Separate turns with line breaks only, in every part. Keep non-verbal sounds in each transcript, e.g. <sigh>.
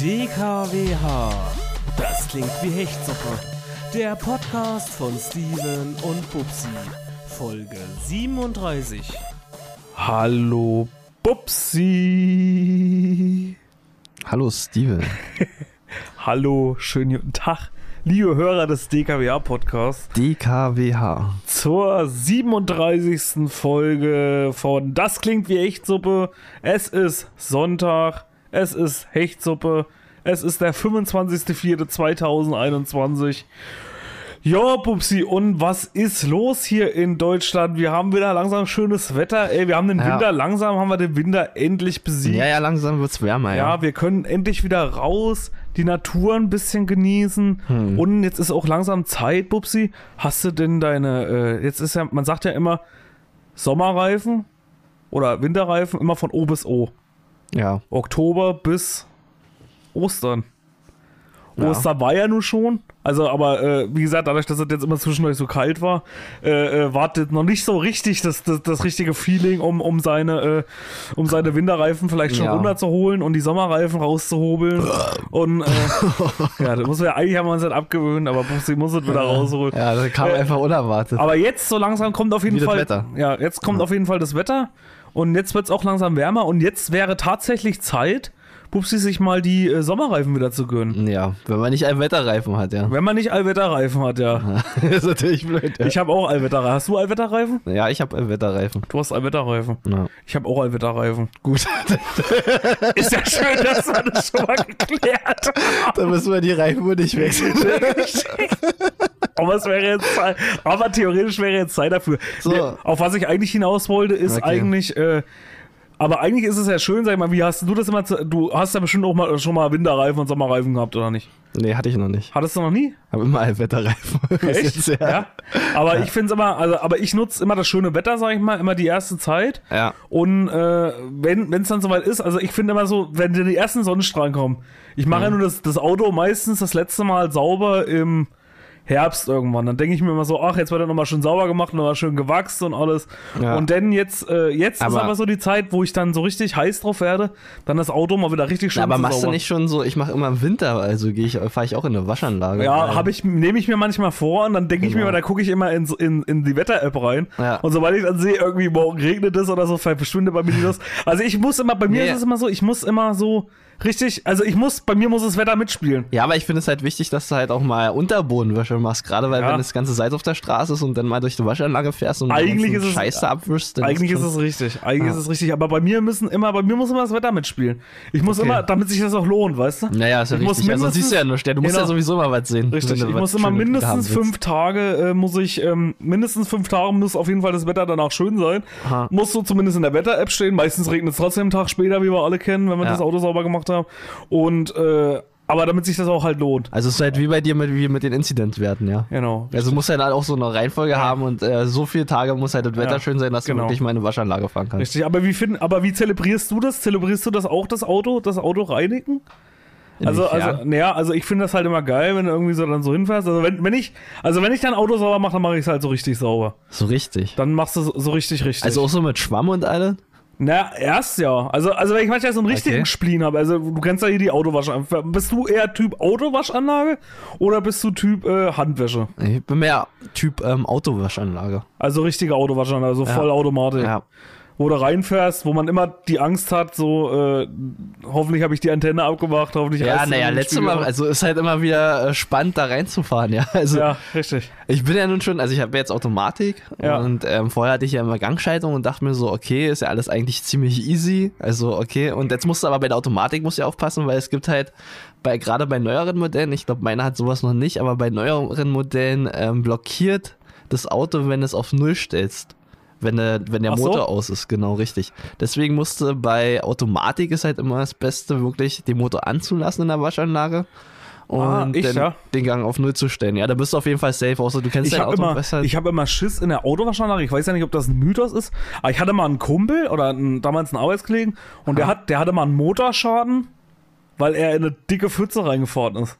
DKWH. Das klingt wie Hechtsuppe. Der Podcast von Steven und Pupsi. Folge 37.
Hallo Bubsi.
Hallo Steven.
Hallo, schönen guten Tag, liebe Hörer des DKWA Podcasts,
DKWH.
zur 37. Folge von Das klingt wie Hechtsuppe. Es ist Sonntag, es ist Hechtsuppe, es ist der 25.04.2021. Ja, Pupsi, und was ist los hier in Deutschland? Wir haben wieder langsam schönes Wetter, ey. Wir haben den
Ja.
Winter, langsam haben wir den Winter endlich besiegt.
Ja, ja, langsam wird's wärmer, ja.
Ja, wir können endlich wieder raus, die Natur ein bisschen genießen. Und jetzt ist auch langsam Zeit, Bubsi. Hast du denn deine, äh, jetzt ist ja, man sagt ja immer Sommerreifen oder Winterreifen immer von O bis O.
Ja.
Oktober bis Ostern.
Ja.
Ostern war ja nun schon. Also, aber äh, wie gesagt, dadurch, dass es jetzt immer zwischendurch so kalt war, äh, äh, wartet noch nicht so richtig das, das, das richtige Feeling, um, um, seine, äh, um seine Winterreifen vielleicht schon
Ja.
runterzuholen und die Sommerreifen rauszuhobeln. und
<laughs>
äh, ja, das muss man ja eigentlich haben wir uns das abgewöhnt, aber sie muss es wieder rausholen.
Ja, das kam einfach unerwartet.
Aber jetzt so langsam kommt auf jeden
Wie das
Fall.
Wetter.
Ja, jetzt kommt auf jeden Fall das Wetter. Und jetzt wird es auch langsam wärmer. Und jetzt wäre tatsächlich Zeit, Bubsi sich mal die äh, Sommerreifen wieder zu gönnen.
Ja, wenn man nicht einen Wetterreifen hat, ja.
Wenn man nicht Allwetterreifen hat, ja.
<laughs> Das ist natürlich blöd, ja.
Ich habe auch Allwetterreifen. Hast du Allwetterreifen?
ja, ich habe einen Wetterreifen.
Du hast Allwetterreifen.
Ja.
Ich habe auch Allwetterreifen.
Gut, <laughs>
Ist ja schön, dass wir das schon mal geklärt haben.
dann müssen wir die Reifen wohl nicht wechseln.
<laughs> Aber es wäre jetzt Zeit, aber theoretisch wäre jetzt Zeit dafür.
So.
Nee, auf was ich eigentlich hinaus wollte, ist
Okay.
eigentlich, äh, aber eigentlich ist es ja schön, sag ich mal, wie hast du das immer, zu, du hast ja bestimmt auch mal, schon mal Winterreifen und Sommerreifen gehabt, oder nicht?
Nee, hatte ich noch nicht.
Hattest du noch nie?
Habe immer einen Wetterreifen. <laughs> Bis jetzt,
Ja.
ja.
Aber ich finde es immer, also, aber ich nutze immer das schöne Wetter, sag ich mal, immer die erste Zeit.
Ja.
Und äh, wenn es dann soweit ist, also ich finde immer so, wenn die ersten Sonnenstrahlen kommen, ich mache
Mhm.
ja nur das, das Auto meistens das letzte Mal sauber im Herbst irgendwann. Dann denke ich mir immer so, ach, jetzt wird er nochmal schön sauber gemacht, nochmal schön gewachst und alles.
Ja.
Und dann jetzt, äh, jetzt ist
Aber-
aber so die Zeit, wo ich dann so richtig heiß drauf werde, dann das Auto mal wieder richtig schön
Na, aber
zu
machst du
sauber.
nicht schon so, ich mache immer im Winter, also gehe ich, fahre ich auch in eine Waschanlage.
Ja, habe ich, nehme ich mir manchmal vor und dann denke ich mir,
Genau.
mal, da gucke ich immer in, in, in die Wetter-App rein.
Ja.
Und sobald ich dann sehe, irgendwie morgen regnet es oder so, verschwindet bei mir die Lust. Also ich muss immer, bei mir
Nee.
ist es immer so, ich muss immer so richtig, also ich muss, bei mir muss das Wetter mitspielen.
Ja, aber ich finde es halt wichtig, dass du halt auch mal Unterbodenwäsche machst, gerade weil
Ja.
wenn das ganze Salz auf der Straße ist und dann mal durch die Waschanlage fährst und
Eigentlich ist
den ganzen
es-
Scheiß da abwischst, dann
Eigentlich ist
schon-
es richtig, eigentlich ist es richtig, aber bei mir müssen immer, bei mir muss immer das Wetter mitspielen. Ich muss
Okay.
immer, damit sich das auch lohnt, weißt du?
Naja, ist ja
Ich muss
richtig. Also
mindestens-
siehst du ja nur schnell. Du musst ja
Genau.
sowieso mal was sehen.
Richtig,
wenn du
ich
was
muss immer
Schönes haben
mindestens
willst.
fünf Tage, äh, muss ich, ähm, mindestens fünf Tage muss auf jeden Fall das Wetter danach schön sein.
Aha.
Muss so zumindest in der Wetter-App stehen. Meistens regnet es trotzdem einen Tag später, wie wir alle kennen, wenn wir
Ja.
das Auto sauber gemacht haben. Und, äh, aber damit sich das auch halt lohnt.
Also es ist halt wie bei dir mit, wie mit den Inzidentwerten, ja.
Genau.
Also musst halt auch so eine Reihenfolge haben und äh, so viele Tage muss halt das Wetter
Ja,
schön sein, dass
genau.
du wirklich mal in eine Waschanlage fahren kannst.
Richtig, aber wie finden, aber wie zelebrierst du das? Zelebrierst du das auch, das Auto, das Auto reinigen? Also, also,
Inwiefern?
naja, also ich finde das halt immer geil, wenn du irgendwie so dann so hinfährst. Also wenn, wenn ich, also wenn ich dann Auto sauber mache, dann mache ich es halt so richtig sauber.
so richtig.
Dann machst du es so richtig richtig.
Also auch so mit Schwamm und allem?
Na, erst ja. Also, also wenn ich manchmal so einen richtigen
Okay.
Spleen habe, also du kennst ja hier die Autowaschanlage. Bist du eher Typ Autowaschanlage oder bist du Typ äh, Handwäsche?
Ich bin mehr Typ ähm, Autowaschanlage.
Also richtige Autowaschanlage, also Vollautomatik. Wo du reinfährst, wo man immer die Angst hat, so äh, hoffentlich habe ich die Antenne abgemacht, hoffentlich
Ja,
reißt sie
naja,
den
letztes
Spiegel
Mal,
ab.
also ist halt immer wieder äh, spannend, da reinzufahren, ja. Also
Ja, richtig.
Ich bin ja nun schon, also ich habe jetzt Automatik
Ja.
und ähm, vorher hatte ich ja immer Gangschaltung und dachte mir so, okay, ist ja alles eigentlich ziemlich easy. Also okay, und jetzt musst du aber bei der Automatik musst du ja aufpassen, weil es gibt halt bei gerade bei neueren Modellen, ich glaube, meine hat sowas noch nicht, aber bei neueren Modellen ähm, blockiert das Auto, wenn du es auf Null stellst. Wenn, der- wenn der
Ach so.
Motor aus ist, genau richtig. Deswegen musste bei Automatik ist halt immer das Beste, wirklich den Motor anzulassen in der Waschanlage und
Ah, ich,
dann
ja.
den Gang auf Null zu stellen. Ja, da bist du auf jeden Fall safe, außer du kennst
Ich
dein
habe
Auto
immer,
besser.
ich hab immer Schiss in der Autowaschanlage. Ich weiß ja nicht, ob das ein Mythos ist. Aber ich hatte mal einen Kumpel oder einen, damals einen Arbeitskollegen und der, hat, der hatte mal einen Motorschaden, weil er in eine dicke Pfütze reingefahren ist.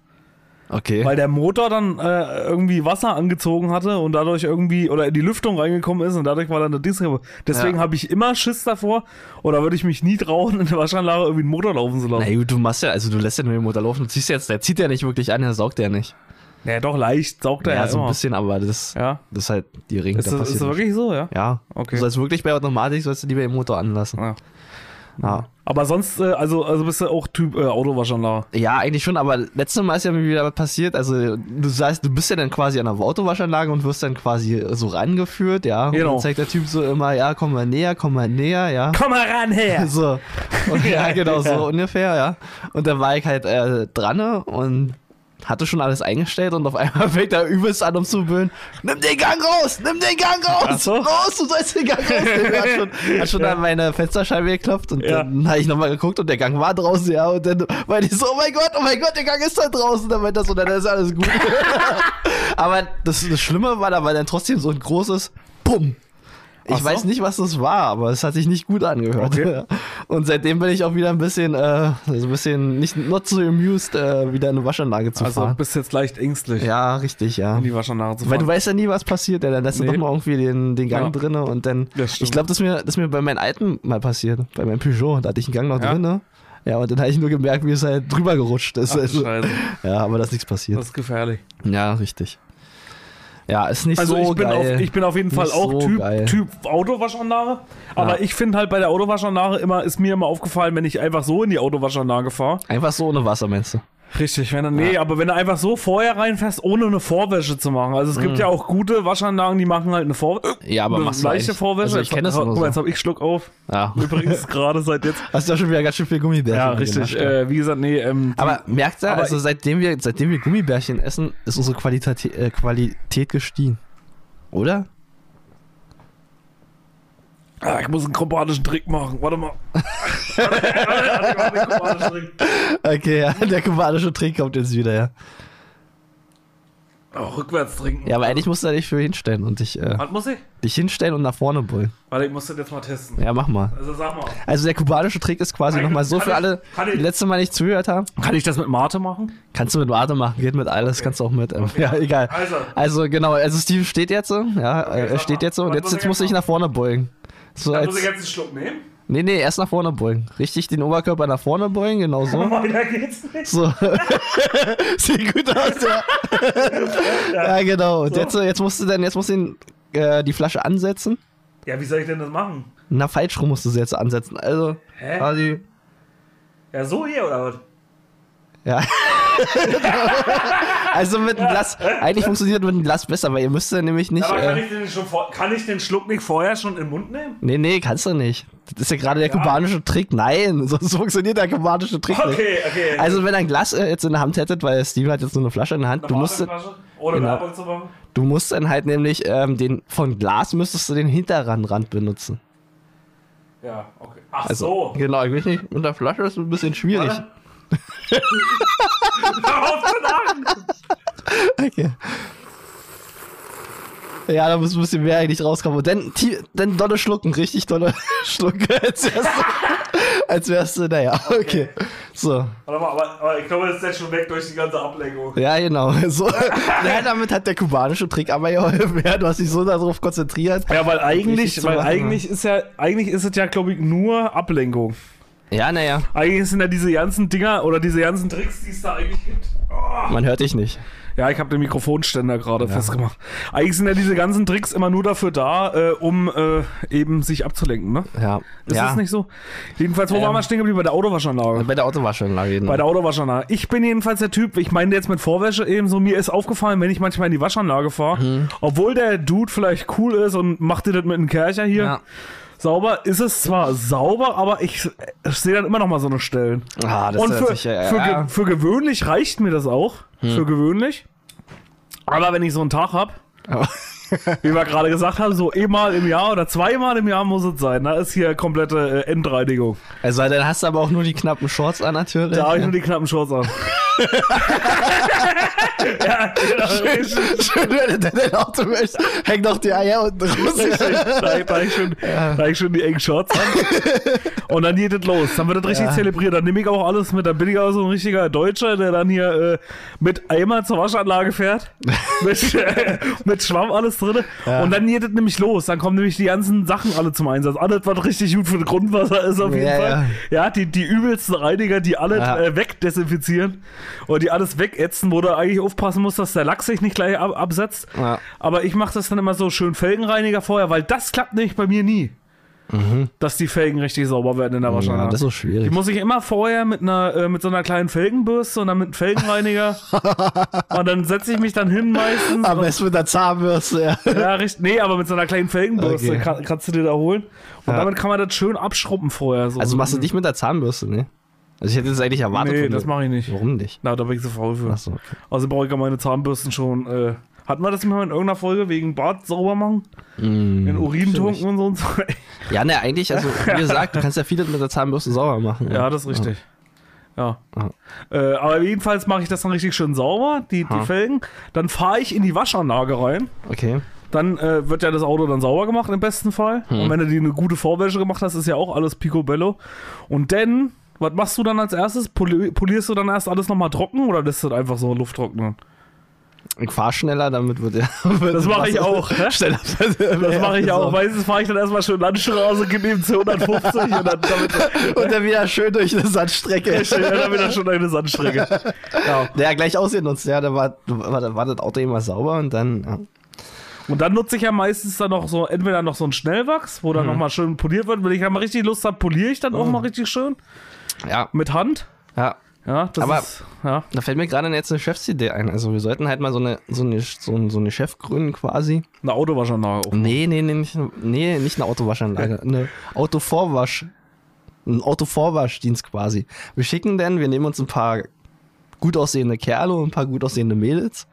Okay.
weil der Motor dann äh, irgendwie Wasser angezogen hatte und dadurch irgendwie oder in die Lüftung reingekommen ist und dadurch war dann der Disco. Deswegen
Ja.
habe ich immer Schiss davor oder würde ich mich nie trauen, in der Waschanlage irgendwie einen Motor laufen zu lassen.
Na gut, du machst ja, also du lässt ja nur den Motor laufen, du ziehst jetzt, der zieht ja nicht wirklich an, der saugt ja nicht.
Naja, doch leicht saugt er ja,
Ja, so ein
immer.
bisschen, aber das,
Ja.
das ist halt die Regel,
Ist
da
das, ist
passiert
das
nichts.
wirklich so, ja?
Ja,
Okay.
du sollst wirklich bei Automatik, sollst du lieber den Motor anlassen.
Ja.
Ja.
Aber sonst, äh, also, also bist du auch Typ äh, Autowaschanlage.
ja, eigentlich schon, aber letztes Mal ist ja mir wieder passiert, also du sagst, du bist ja dann quasi an einer Autowaschanlage und wirst dann quasi so rangeführt, ja. Und
Genau.
dann zeigt der Typ so immer, ja, komm mal näher, komm mal näher, ja.
Komm mal ran her!
<laughs> So. Und, ja, genau, so
Ja.
ungefähr, ja. Und dann war ich halt äh, dran und hatte schon alles eingestellt und auf einmal <laughs> fängt er übelst an, um zu böhlen. Nimm den Gang raus! Nimm den Gang raus!
so.
Raus, du sollst den Gang rausnehmen. Hat schon, hat schon an meine Fensterscheibe geklopft und
Ja.
dann habe ich nochmal geguckt und der Gang war draußen, ja. Und dann war ich so, oh mein Gott, oh mein Gott, der Gang ist da draußen. Dann meint er so, dann ist alles gut. <laughs> Aber das, das Schlimme war, da war dann trotzdem so ein großes Bumm. Ich
Ach so.
weiß nicht, was das war, aber es hat sich nicht gut angehört.
Okay.
<laughs> Und seitdem bin ich auch wieder ein bisschen, äh, also ein bisschen nicht not so amused, äh, wieder in eine Waschanlage zu
Also
fahren.
bist jetzt leicht ängstlich,
Ja, richtig, ja.
in die Waschanlage zu fahren.
Weil du weißt ja nie, was passiert. Ja, dann lässt
Nee.
du doch mal irgendwie den, den Gang
Ja.
drinne und dann.
Das stimmt.
Ich glaube, das ist mir, das ist mir bei meinem alten mal passiert, bei meinem Peugeot. Da hatte ich einen Gang noch
Ja.
drinne. Ja, und dann habe ich nur gemerkt, wie es halt drüber gerutscht ist.
Ach,
also,
Scheiße,
ja, aber das ist nichts passiert.
das ist gefährlich.
ja, richtig. Ja, ist nicht
Also
so
ich, bin
geil.
auf, ich bin auf jeden Fall
Nicht
auch
so geil.
Typ, typ Autowaschanlage. Aber
Ja.
ich finde halt bei der Autowaschanlage immer, ist mir immer aufgefallen, wenn ich einfach so in die Autowaschanlage fahre.
Einfach so ohne Wasser, meinst du?
Richtig, wenn du, nee, aber wenn du einfach so vorher reinfährst, ohne eine Vorwäsche zu machen. Also es gibt ja auch gute Waschanlagen, die machen halt eine Vorwäsche.
Ja, aber Mhm. machst du
leichte
eigentlich-
Vorwäsche.
also ich kenn das nur
Guck mal,
so.
jetzt habe ich Schluck auf.
Ja. <laughs>
Übrigens gerade seit jetzt.
Hast ja schon wieder ganz schön viel Gummibärchen.
Ja, richtig.
gemacht.
Äh, wie gesagt, nee, ähm, die-
aber merkt ihr,
aber
also seitdem wir, seitdem wir Gummibärchen essen, ist unsere Qualität, äh, Qualität gestiegen. Oder?
ah, ich muss einen kompanischen Trick machen. Warte
<laughs>
mal. Warte, warte, warte, ich mach den kubanischen Trick.
Okay, <laughs> ja, der kubanische Trick kommt jetzt wieder, ja.
Oh, rückwärts trinken.
Ja, aber eigentlich musst du da dich für hinstellen und dich, äh,
Was muss ich?
dich hinstellen und nach vorne brüllen.
Warte, ich muss das jetzt mal testen.
Ja, mach mal.
Also sag mal.
Also der kubanische Trick ist quasi
Kann
nochmal so
ich-
für alle,
kann ich-
die letzte Mal nicht zugehört haben.
Kann ich das mit Mate machen?
Kannst du mit Warte machen, geht mit alles, kannst du auch mit. Ähm, Ja, egal.
Also.
Also. genau, also Steven steht jetzt so, ja, äh, er
sag
steht
mal,
jetzt so und
was
jetzt,
muss ich
jetzt muss
jetzt
ich nach vorne beugen. So
Dann
als,
muss ich jetzt einen Schluck nehmen.
nee, nee, erst nach vorne beugen. Richtig den Oberkörper nach vorne beugen, genau <laughs> so.
<laughs> Weiter geht's nicht.
so. <laughs> Sieht gut aus, ja. ja, genau. Und jetzt, so, jetzt musst du dann, jetzt musst du den, äh, die Flasche ansetzen.
Ja, wie soll ich denn das machen?
Na, falsch rum musst du sie jetzt ansetzen. Also,
Hä?
quasi.
Ja, so hier oder was?
Ja. also mit dem Glas. Eigentlich funktioniert mit dem Glas besser, weil ihr müsst ja nämlich nicht.
Aber kann
Äh,
ich, den schon vor, kann ich den Schluck nicht vorher schon in den Mund nehmen?
nee, nee, kannst du nicht. Das ist ja gerade der kubanische Trick. Nein, <laughs> sonst funktioniert der kubanische Trick nicht.
Okay, okay.
Also wenn ihr ein Glas äh, jetzt in der Hand hättet, weil Steve hat jetzt nur eine Flasche in der Hand,
Eine
du musst,
Warteflasche? Ohne
Genau.
Werbung zu machen?
du musst dann halt nämlich ähm, den von Glas müsstest du den Hinterrandrand benutzen.
Ja, okay. Ach
Also
so.
genau, ich weiß nicht, mit der Flasche ist ein bisschen schwierig.
Warte. <laughs> Hör auf zu lachen!
<laughs> Okay. Ja, da muss ein bisschen mehr eigentlich rauskommen. Und dann, tie- dann dolle schlucken, richtig dolle <laughs> schlucken. Als wärst du, <laughs> als wärst du naja, okay. So,
Warte mal, aber, aber ich glaube, das ist jetzt schon weg durch die ganze Ablenkung.
ja, genau. <laughs> So. Ja, damit hat der kubanische Trick aber geholfen. Ja, <laughs> du hast dich so darauf konzentriert.
Ja, weil
Richtig
eigentlich,
zu
weil
machen, ne?
eigentlich ist ja, eigentlich ist es ja, glaube ich, nur Ablenkung.
Ja, naja,
Eigentlich sind ja diese ganzen Dinger oder diese ganzen Tricks, die es da eigentlich gibt. Oh.
man hört dich nicht.
Ja, ich habe den Mikrofonständer gerade festgemacht. Eigentlich sind ja diese ganzen Tricks immer nur dafür da, äh, um äh, eben sich abzulenken, ne?
Ja,
Ist
ja.
das nicht so? Jedenfalls, wo waren wir stehen geblieben? Bei der Autowaschanlage.
Bei der Autowaschanlage. Genau.
Bei der Autowaschanlage. Ich bin jedenfalls der Typ, ich meine jetzt mit Vorwäsche eben so, mir ist aufgefallen, wenn ich manchmal in die Waschanlage fahre,
Hm.
obwohl der Dude vielleicht cool ist und macht dir das mit einem Kercher hier
ja.
sauber, ist es zwar sauber, aber ich, ich sehe dann immer noch mal so eine Stellen.
Ah, das
und
hört
für,
sich ja-
für,
ja. Hm.
Ge für gewöhnlich reicht mir das auch. Für gewöhnlich. Aber wenn ich so einen Tag habe,
Aber-
wie wir gerade gesagt haben, so einmal im Jahr oder zweimal im Jahr muss es sein. Da ist hier komplette äh, Endreinigung.
Also dann hast du aber auch nur die knappen Shorts an, natürlich.
Da habe ich nur die knappen Shorts an. ja, genau, richtig.
Schön, wenn du dein Auto möchtest, häng doch die Eier unten raus.
Richtig.
<laughs>
Da habe ich, schon- da hab ich schon die engen Shorts an. Und dann geht es los. Dann wird das richtig
Ja.
zelebriert. Dann nehme ich auch alles mit. Dann bin ich auch so ein richtiger Deutscher, der dann hier äh, mit Eimer zur Waschanlage
<laughs>
fährt. mit, äh, mit Schwamm alles drin.
Ja.
Und dann geht es nämlich los. Dann kommen nämlich die ganzen Sachen alle zum Einsatz. Alles, was richtig gut für das Grundwasser ist, auf jeden
Ja,
Fall. Ja, die, die übelsten Reiniger, die alles
Ja.
äh, wegdesinfizieren. Und die alles wegätzen, wo du eigentlich aufpassen musst, dass der Lachs sich nicht gleich ab absetzt.
Ja.
Aber ich mache das dann immer so schön Felgenreiniger vorher, weil das klappt nämlich bei mir nie. Dass die Felgen richtig sauber werden in der Waschanlage.
Mhm. das ist so schwierig.
Die muss ich immer vorher mit einer äh, mit so einer kleinen Felgenbürste und dann mit einem
<laughs>
Felgenreiniger. und dann setze ich mich dann hin meistens.
Am besten mit der Zahnbürste, ja.
ja, richtig, nee, aber mit so einer kleinen Felgenbürste
Okay.
kann, kannst du dir da holen. Und damit kann man das schön abschrubben vorher. So.
Also machst du dich mit der Zahnbürste, ne? Also ich hätte das eigentlich erwartet.
Nee,
von dir.
das mache ich nicht.
Warum nicht?
Na, da bin ich so faul für.
Achso, okay.
Also brauche ich ja meine Zahnbürsten schon. Äh, hatten wir das mal in irgendeiner Folge wegen Bart sauber machen?
Hm,
in Urin tunken und so und so.
Mm. Ja, ne, eigentlich, also wie gesagt, du kannst ja vieles mit der Zahnbürste sauber machen.
Ja, das ist richtig. Ja.
Ja.
Äh, aber jedenfalls mache ich das dann richtig schön sauber, die, die
Ha.
Felgen. Dann fahre ich in die Waschanlage rein.
Okay.
Dann äh, wird ja das Auto dann sauber gemacht im besten Fall. Und wenn du dir eine gute Vorwäsche gemacht hast, ist ja auch alles picobello. Und dann, was machst du dann als erstes? Poli polierst du dann erst alles nochmal trocken oder lässt du das einfach so lufttrocknen?
Ich fahr schneller, damit wird der. wird <laughs>
Das mache ich
Wasser-
auch. <laughs> hä?
Schneller.
Das mache ich auch. Meistens fahre ich dann erstmal schön Landstraße, gebe ihm 150 und dann damit,
Und dann wieder schön durch eine <laughs> Sandstrecke.
damit er schon eine Sandstrecke. <laughs> Ja.
Ja, gleich ausgenutzt, ja. Da war, war, da war das Auto immer sauber und dann. Ja.
Und dann nutze ich ja meistens dann noch so, entweder noch so einen Schnellwachs, wo dann
Mhm.
nochmal schön poliert wird. Wenn ich ja mal richtig Lust habe, poliere ich dann auch mal richtig schön
Ja,
mit Hand.
ja.
Ja, das
Aber-
ist, ja.
Da fällt mir gerade jetzt eine Chefsidee ein. Also wir sollten halt mal so eine, so eine, so ein- so eine Chef gründen quasi.
Eine Autowaschanlage auch.
Nee, nee, nee, nicht, nee, nicht eine Autowaschanlage. Eine Autovorwasch. Ein Autovorwaschdienst quasi. Wir schicken dann, wir nehmen uns ein paar gut aussehende Kerle und ein paar gut aussehende Mädels.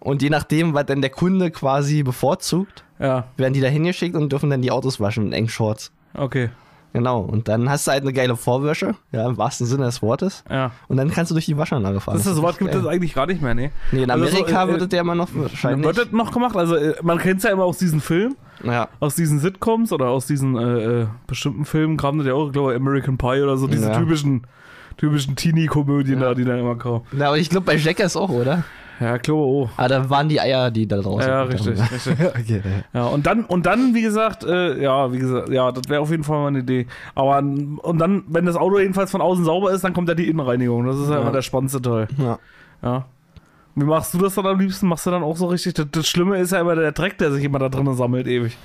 Und je nachdem, was dann der Kunde quasi bevorzugt,
Ja,
werden die da hingeschickt und dürfen dann die Autos waschen in engen Shorts.
okay.
Genau. Und dann hast du halt eine geile Vorwäsche, ja, im wahrsten Sinne des Wortes.
Ja.
Und dann kannst du durch die Waschanlage fahren.
Das ist sowas
echt
gibt
geil.
es eigentlich gar nicht mehr, nee.
Nee, in
Also so,
Amerika
äh,
wird es ja immer noch wahrscheinlich.
Wird das noch gemacht? Also, äh, man kennt es ja immer aus diesen Filmen,
ja.
aus diesen Sitcoms oder aus diesen äh, äh, bestimmten Filmen, kam das ja auch, ich glaube American Pie oder so, diese
Ja.
typischen, typischen Teenie-Komödien da, die dann immer kamen.
Na, aber ich glaube bei Jackass auch, oder?
Ja, ich glaube, oh.
Ah, da waren die Eier, die da draußen.
Ja, richtig, richtig.
<laughs> okay.
Ja, und dann, und dann, wie gesagt, äh, ja, wie gesagt, ja, das wäre auf jeden Fall mal eine Idee. Aber n- und dann, wenn das Auto jedenfalls von außen sauber ist, dann kommt ja die Innenreinigung. Das ist ja,
Ja.
immer der spannendste Teil.
Ja.
Ja. Wie machst du das dann am liebsten? Machst du dann auch so richtig? Das, das Schlimme ist ja immer der Dreck, der sich immer da drinnen sammelt, ewig.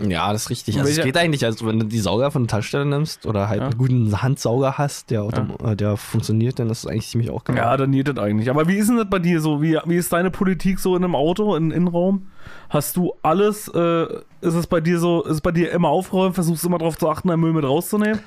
ja, das ist richtig. Also, es
Welcher-
geht eigentlich, also wenn du die Sauger von der Tankstelle nimmst oder halt
Ja.
einen guten Handsauger hast, der, autom- äh, der funktioniert, dann ist es eigentlich ziemlich auch genau.
Ja, dann geht das eigentlich. Aber wie ist denn das bei dir so? Wie, wie ist deine Politik so in einem Auto, in Innenraum? Hast du alles, äh, ist es bei dir so, ist es bei dir immer aufräumen, versuchst immer drauf zu achten, deinen Müll mit rauszunehmen?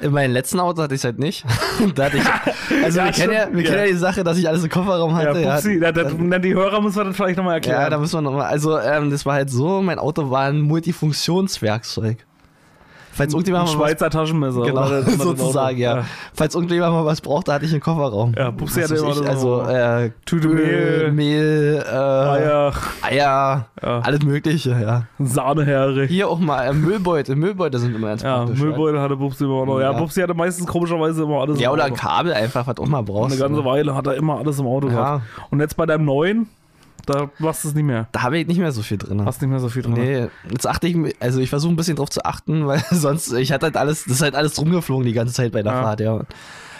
In meinem letzten Auto hatte ich es halt nicht. <laughs>
<laughs>
da hatte ich, also
Ja,
wir, kennen ja,
stimmt.
wir
Ja.
kennen ja die Sache, dass ich alles im Kofferraum
Ja,
hatte.
Pupsi,
Also, ja,
da, da,
dann-
na, die Hörer müssen wir das vielleicht nochmal erklären.
ja, da müssen wir nochmal. Also, ähm, das war halt so, mein Auto war ein Multifunktionswerkzeug. Falls
Ein
irgendjemand mal was
Schweizer Taschenmesser.
Genau,
oder?
<laughs>
Das ist immer so ein
sozusagen,
Auto.
ja. Falls irgendjemand mal was braucht, da hatte ich einen Kofferraum.
Ja, Pupsi
Was
hatte
weiß
immer
ich,
so-
Also, äh,
Tüte Mehl,
Öl, Mehl, äh, Eier,
Eier, Ah, Ja.
alles mögliche, ja.
Sahneherrig.
Hier auch mal äh, Müllbeutel, Müllbeutel sind immer ganz
Ja,
praktisch.
Müllbeutel hatte Pupsi immer noch. Ja,
Ja.
Pupsi hatte meistens komischerweise immer alles
Ja,
im
oder ein
Auto.
Kabel einfach, was du auch mal brauchst.
Eine ganze
ne?
Weile hat er immer alles im Auto
Ja.
gehabt. Und jetzt bei deinem neuen, da machst du es nicht mehr.
Da habe ich nicht mehr so viel drin.
Hast nicht mehr so viel drin.
Nee, jetzt achte ich, mi- also ich versuche ein bisschen drauf zu achten, <laughs> weil sonst, ich hatte halt alles, das ist halt alles rumgeflogen die ganze Zeit bei der
Ja.
Fahrt, ja. Und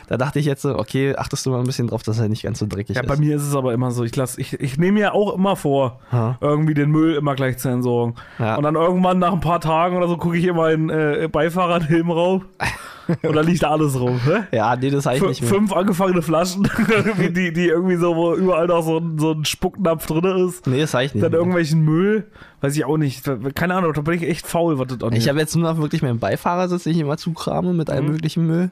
Da dachte ich jetzt so, okay, achtest du mal ein bisschen drauf, dass er nicht ganz so dreckig
Ja,
ist.
bei mir ist es aber immer so. Ich, lass- ich, ich nehme ja auch immer vor,
Ha.
irgendwie den Müll immer gleich zu entsorgen.
Ja.
Und dann irgendwann nach ein paar Tagen oder so gucke ich immer in äh, Beifahrer den Helm
<laughs>
rauf. und da liegt alles rum. Hä?
ja, nee, das habe ich
Fü-
nicht mehr.
fünf angefangene Flaschen, <laughs> irgendwie die, die irgendwie so, wo überall noch so ein, so ein Spucknapf drin ist.
Nee, das habe ich nicht
Dann
mehr.
irgendwelchen Müll, weiß ich auch nicht. Keine Ahnung, da bin ich echt faul, was das angeht.
Ich habe jetzt nur noch wirklich meinen Beifahrersitz, den ich immer zukrame mit
Mhm.
allem möglichen Müll.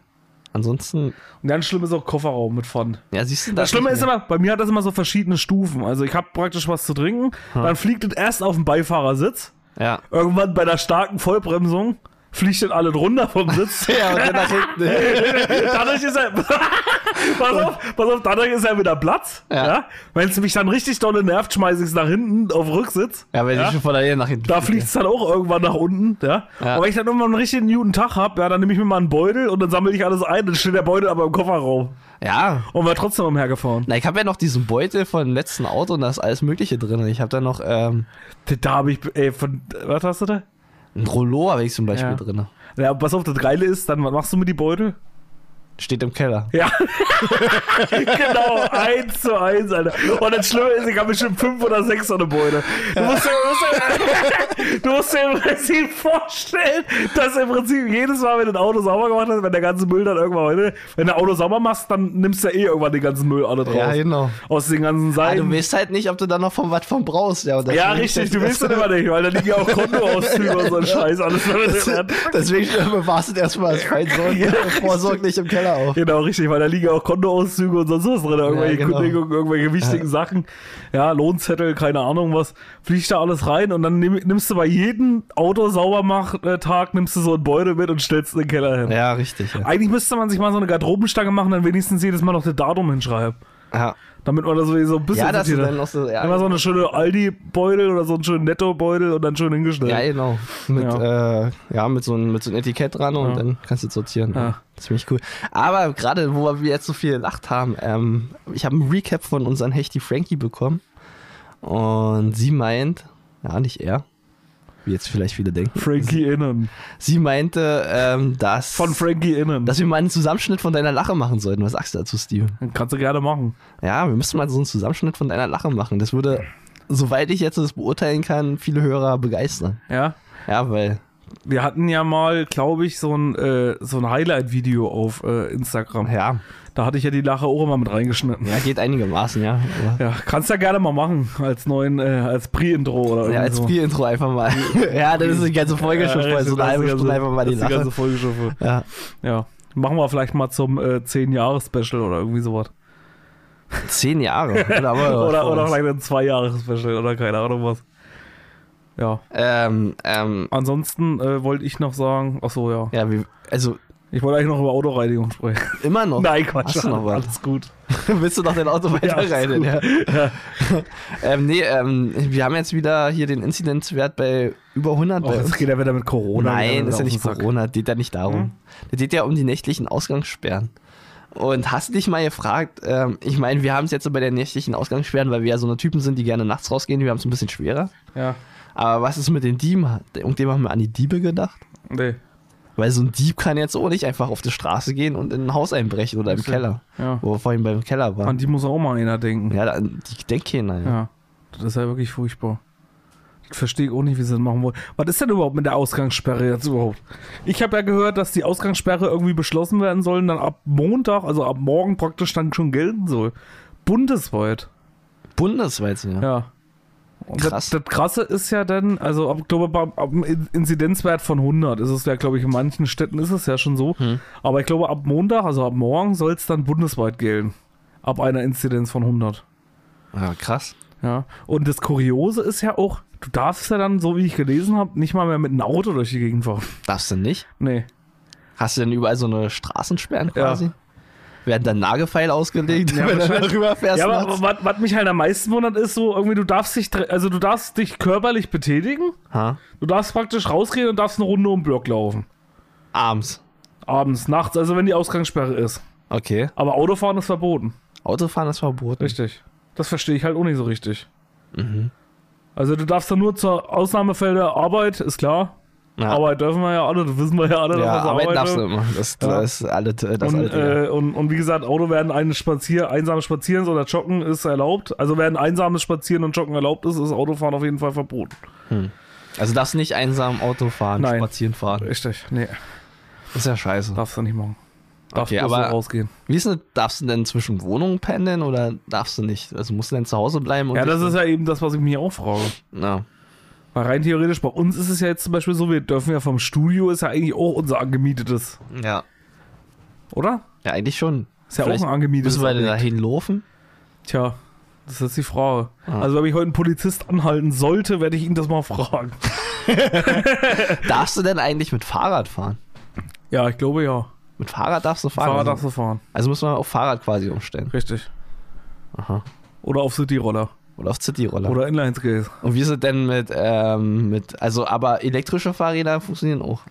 Ansonsten,
Und ganz schlimm ist auch Kofferraum mit Pfannen.
ja, siehst du
Das Schlimme
nicht
ist
mehr.
immer, bei mir hat das immer so verschiedene Stufen. Also ich habe praktisch was zu trinken, dann fliegt es erst auf den Beifahrersitz,
Ja, <laughs>
irgendwann bei der starken Vollbremsung fliegt dann alle runter vom Sitz.
<laughs> Ja, genau. und dann nach
<laughs>
hinten.
dadurch ist er. <laughs> pass auf, pass auf, dadurch ist er wieder Platz.
Ja.
Ja. Wenn es mich dann richtig dolle nervt, schmeiße ich es nach hinten auf den Rücksitz.
Ja, wenn
ja?
ich schon von der Ehe nach hinten
Da
fliege.
fliegt es dann auch irgendwann nach unten, ja.
Ja.
Aber wenn ich dann irgendwann einen richtigen guten Tag habe, ja, dann nehme ich mir mal einen Beutel und dann sammle ich alles ein, dann steht der Beutel aber im Kofferraum.
Ja.
Und war trotzdem umhergefahren.
Na, ich habe ja noch diesen Beutel von dem letzten Auto und da ist alles Mögliche drin. Ich habe da noch ähm,
Da habe ich, ey, von, was hast du da?
ein Rollo, habe ich zum Beispiel
Ja.
drin.
Ja, pass auf, das Geile ist, dann was machst du mit die Beutel?
Steht im Keller.
Ja. <laughs> genau, eins zu eins, Alter. Und das Schlimme ist, ich habe bestimmt fünf oder sechs so eine Beute. Du musst, dir, du, musst dir, <laughs> du musst dir im Prinzip vorstellen, dass im Prinzip jedes Mal, wenn du ein Auto sauber gemacht hast, wenn der ganze Müll dann irgendwann heute, wenn du ein Auto sauber machst, dann nimmst du ja eh irgendwann den ganzen Müll alle drauf.
Ja, genau.
Aus den ganzen
Ah,
Seiten.
du weißt halt nicht, ob du da noch von was von brauchst. Ja, und
ja,
deswegen-
richtig, du
<laughs>
willst das immer nicht, weil da liegen ja auch Kontoauszüge und so ein Scheiß, alles damit drin.
Deswegen
<laughs>
bewahrst du das erstmal als Feinsorge
Ja,
<laughs> vorsorglich im Keller auf.
Genau, richtig, weil da liegen ja auch Kontoauszüge und sonst was drin, irgendwelche
genau.
Kündigungen, irgendwelche wichtigen Sachen, ja, Lohnzettel, keine Ahnung was, fliegt da alles rein und dann nimm, nimmst du bei jedem Autosaubermach-Tag, nimmst du so einen Beutel mit und stellst in den Keller hin.
Ja, richtig. Ja.
Eigentlich müsste man sich mal so eine Garderobenstange machen, dann wenigstens jedes Mal noch das Datum hinschreiben,
Ja.
damit man das so so ein bisschen
Ja, dass du
sortiert
dann
hat.
noch so- ja.
Immer so eine schöne Aldi-Beutel oder so einen schönen Netto-Beutel und dann schön hingestellt.
Ja, genau. Mit, ja.
Ja.
Äh, ja, mit so einem mit so einem Etikett dran und dann kannst du es sortieren.
Ja.
Das finde ich cool. Aber gerade, wo wir jetzt so viel gelacht haben, ähm, ich habe einen Recap von unseren Hechti Frankie bekommen. Und sie meint, ja, nicht er, wie jetzt vielleicht viele denken.
Frankie Innen.
Sie meinte, ähm, dass,
Von Frankie Innen.
dass wir mal einen Zusammenschnitt von deiner Lache machen sollten. Was sagst du dazu, Steve?
Kannst du gerne machen.
Ja, wir müssten mal so einen Zusammenschnitt von deiner Lache machen. Das würde, soweit ich jetzt das beurteilen kann, viele Hörer begeistern.
Ja.
Ja, weil
Wir hatten ja mal, glaube ich, so ein, äh, so ein Highlight-Video auf äh, Instagram.
Ja.
Da hatte ich ja die Lache auch immer mit reingeschnitten.
Ja, geht einigermaßen, ja. Aber
Ja, kannst ja gerne mal machen, als neuen, äh, als Pre-Intro oder irgendwie
ja, als
so.
Spielintro einfach mal. <laughs> ja, dann ist die ganze Folge schon voll. So eine halbe
das ist die ganze-
Stunde einfach mal die
also das ist die
Lache.
ganze Folge schon voll.
Ja,
Ja. Machen wir vielleicht mal zum äh, 10-Jahres-Special oder irgendwie sowas.
zehn Jahre. Oder,
<laughs>
aber
Oder, oder
vielleicht.
vielleicht ein 2-Jahres-Special oder keine Ahnung was. Ja.
Ähm, ähm,
Ansonsten äh, wollte ich noch sagen, ach so, ja.
ja, wie, also
Ich wollte eigentlich noch über Autoreinigung sprechen.
immer
<laughs>
noch.
Nein, Quatsch.
Oh, Hast du noch was?
Alles gut.
<laughs> Willst du noch dein Auto
Ja,
weiter
ist
rein?
gut.
Ja. ähm, nee, ähm, wir haben jetzt wieder hier den Inzidenzwert bei über 100
Oh,
bei
jetzt geht er wieder mit Corona.
Nein,
wieder
ist
auf
ja nicht
den Sack. Hm?
Corona, geht ja nicht darum. Das geht ja um die nächtlichen Ausgangssperren. Und hast dich mal gefragt, ähm, ich meine, wir haben es jetzt so bei den nächtlichen Ausgangssperren, weil wir ja so eine Typen sind, die gerne nachts rausgehen, wir haben es ein bisschen schwerer.
Ja,
Aber was ist mit den Dieben? Irgendjemand haben wir an die Diebe gedacht?
nee.
Weil so ein Dieb kann jetzt auch nicht einfach auf die Straße gehen und in ein Haus einbrechen oder im
Richtig.
Keller.
Ja.
Wo wir vorhin beim Keller
An
waren.
die muss auch mal einer denken.
Ja, da, die denkt keiner. Ja.
Ja. Das ist ja wirklich furchtbar. Das verstehe ich auch nicht, wie sie das machen wollen. Was ist denn überhaupt mit der Ausgangssperre jetzt überhaupt? Ich habe ja gehört, dass die Ausgangssperre irgendwie beschlossen werden soll und dann ab Montag, also ab morgen praktisch dann schon gelten soll. Bundesweit.
Bundesweit, ja.
Ja. Und Das,
Krass.
das Krasse ist ja dann, also ab, glaube, bei- ab einem In- Inzidenzwert von 100 ist es ja, glaube ich, in manchen Städten ist es ja schon so. Aber ich glaube, ab Montag, also ab morgen, soll es dann bundesweit gelten. Ab einer Inzidenz von 100.
ja Ah, krass.
Ja. Und das Kuriose ist ja auch, du darfst ja dann, so wie ich gelesen habe, nicht mal mehr mit einem Auto durch die Gegend fahren.
Darfst du nicht?
Nee.
Hast du denn überall so eine Straßensperren
Ja.
quasi? Werden dann Nagelfeil ausgelegt, wenn du da rüberfährst?
Ja, aber
nachts?
was, was mich halt am meisten wundert, ist so, irgendwie, du darfst dich, dr- also du darfst dich körperlich betätigen,
ha?
du darfst praktisch rausgehen und darfst eine Runde um den Block laufen.
Abends.
Abends, nachts, also wenn die Ausgangssperre ist.
Okay.
Aber Autofahren ist verboten.
Autofahren ist verboten.
Richtig. Das verstehe ich halt auch nicht so richtig.
Mhm.
Also du darfst ja nur zur Ausnahmefälle Arbeit, ist klar.
Ja.
Arbeit dürfen wir ja alle, das wissen wir ja alle.
ja,
dass wir
arbeiten darfst du
dürfen.
immer. Das,
Ja.
das ist alle, das ist
Und,
alle Dinge.
äh, und, und wie gesagt, Auto werden ein Spazier, einsames Spazieren oder Joggen ist erlaubt. Also während einsames Spazieren und Joggen erlaubt ist, ist Autofahren auf jeden Fall verboten.
Also darfst nicht einsam Auto fahren,
äh, Nein.
spazieren fahren.
Richtig. Nee,
Ist ja scheiße.
darfst du nicht machen. Darfst
Okay,
bloß
aber-
so rausgehen.
Wie ist denn, darfst du denn zwischen Wohnungen pendeln oder darfst du nicht? Also musst du denn zu Hause bleiben? Und
Ja, das
dich-
ist ja eben das, was ich mich auch frage.
Na,
Weil rein theoretisch, bei uns ist es ja jetzt zum Beispiel so, wir dürfen ja vom Studio, ist ja eigentlich auch unser angemietetes,
ja.
oder?
Ja, eigentlich schon.
Ist ja
Vielleicht
auch ein angemietetes.
Müssen wir denn
Objekt.
dahin laufen?
Tja, das ist jetzt die Frage.
Ah.
Also, wenn ich heute einen Polizist anhalten sollte, werde ich ihn das mal fragen.
Darfst du denn eigentlich mit Fahrrad fahren?
Ja, ich glaube ja.
Mit Fahrrad darfst du fahren.
Fahrrad
also,
darfst du fahren.
also muss man auf Fahrrad quasi umstellen.
Richtig.
Aha.
Oder auf City-Roller.
Oder auf Cityroller.
Oder Inline-Skates.
Und wie ist es denn mit, ähm, mit, also aber elektrische Fahrräder funktionieren auch.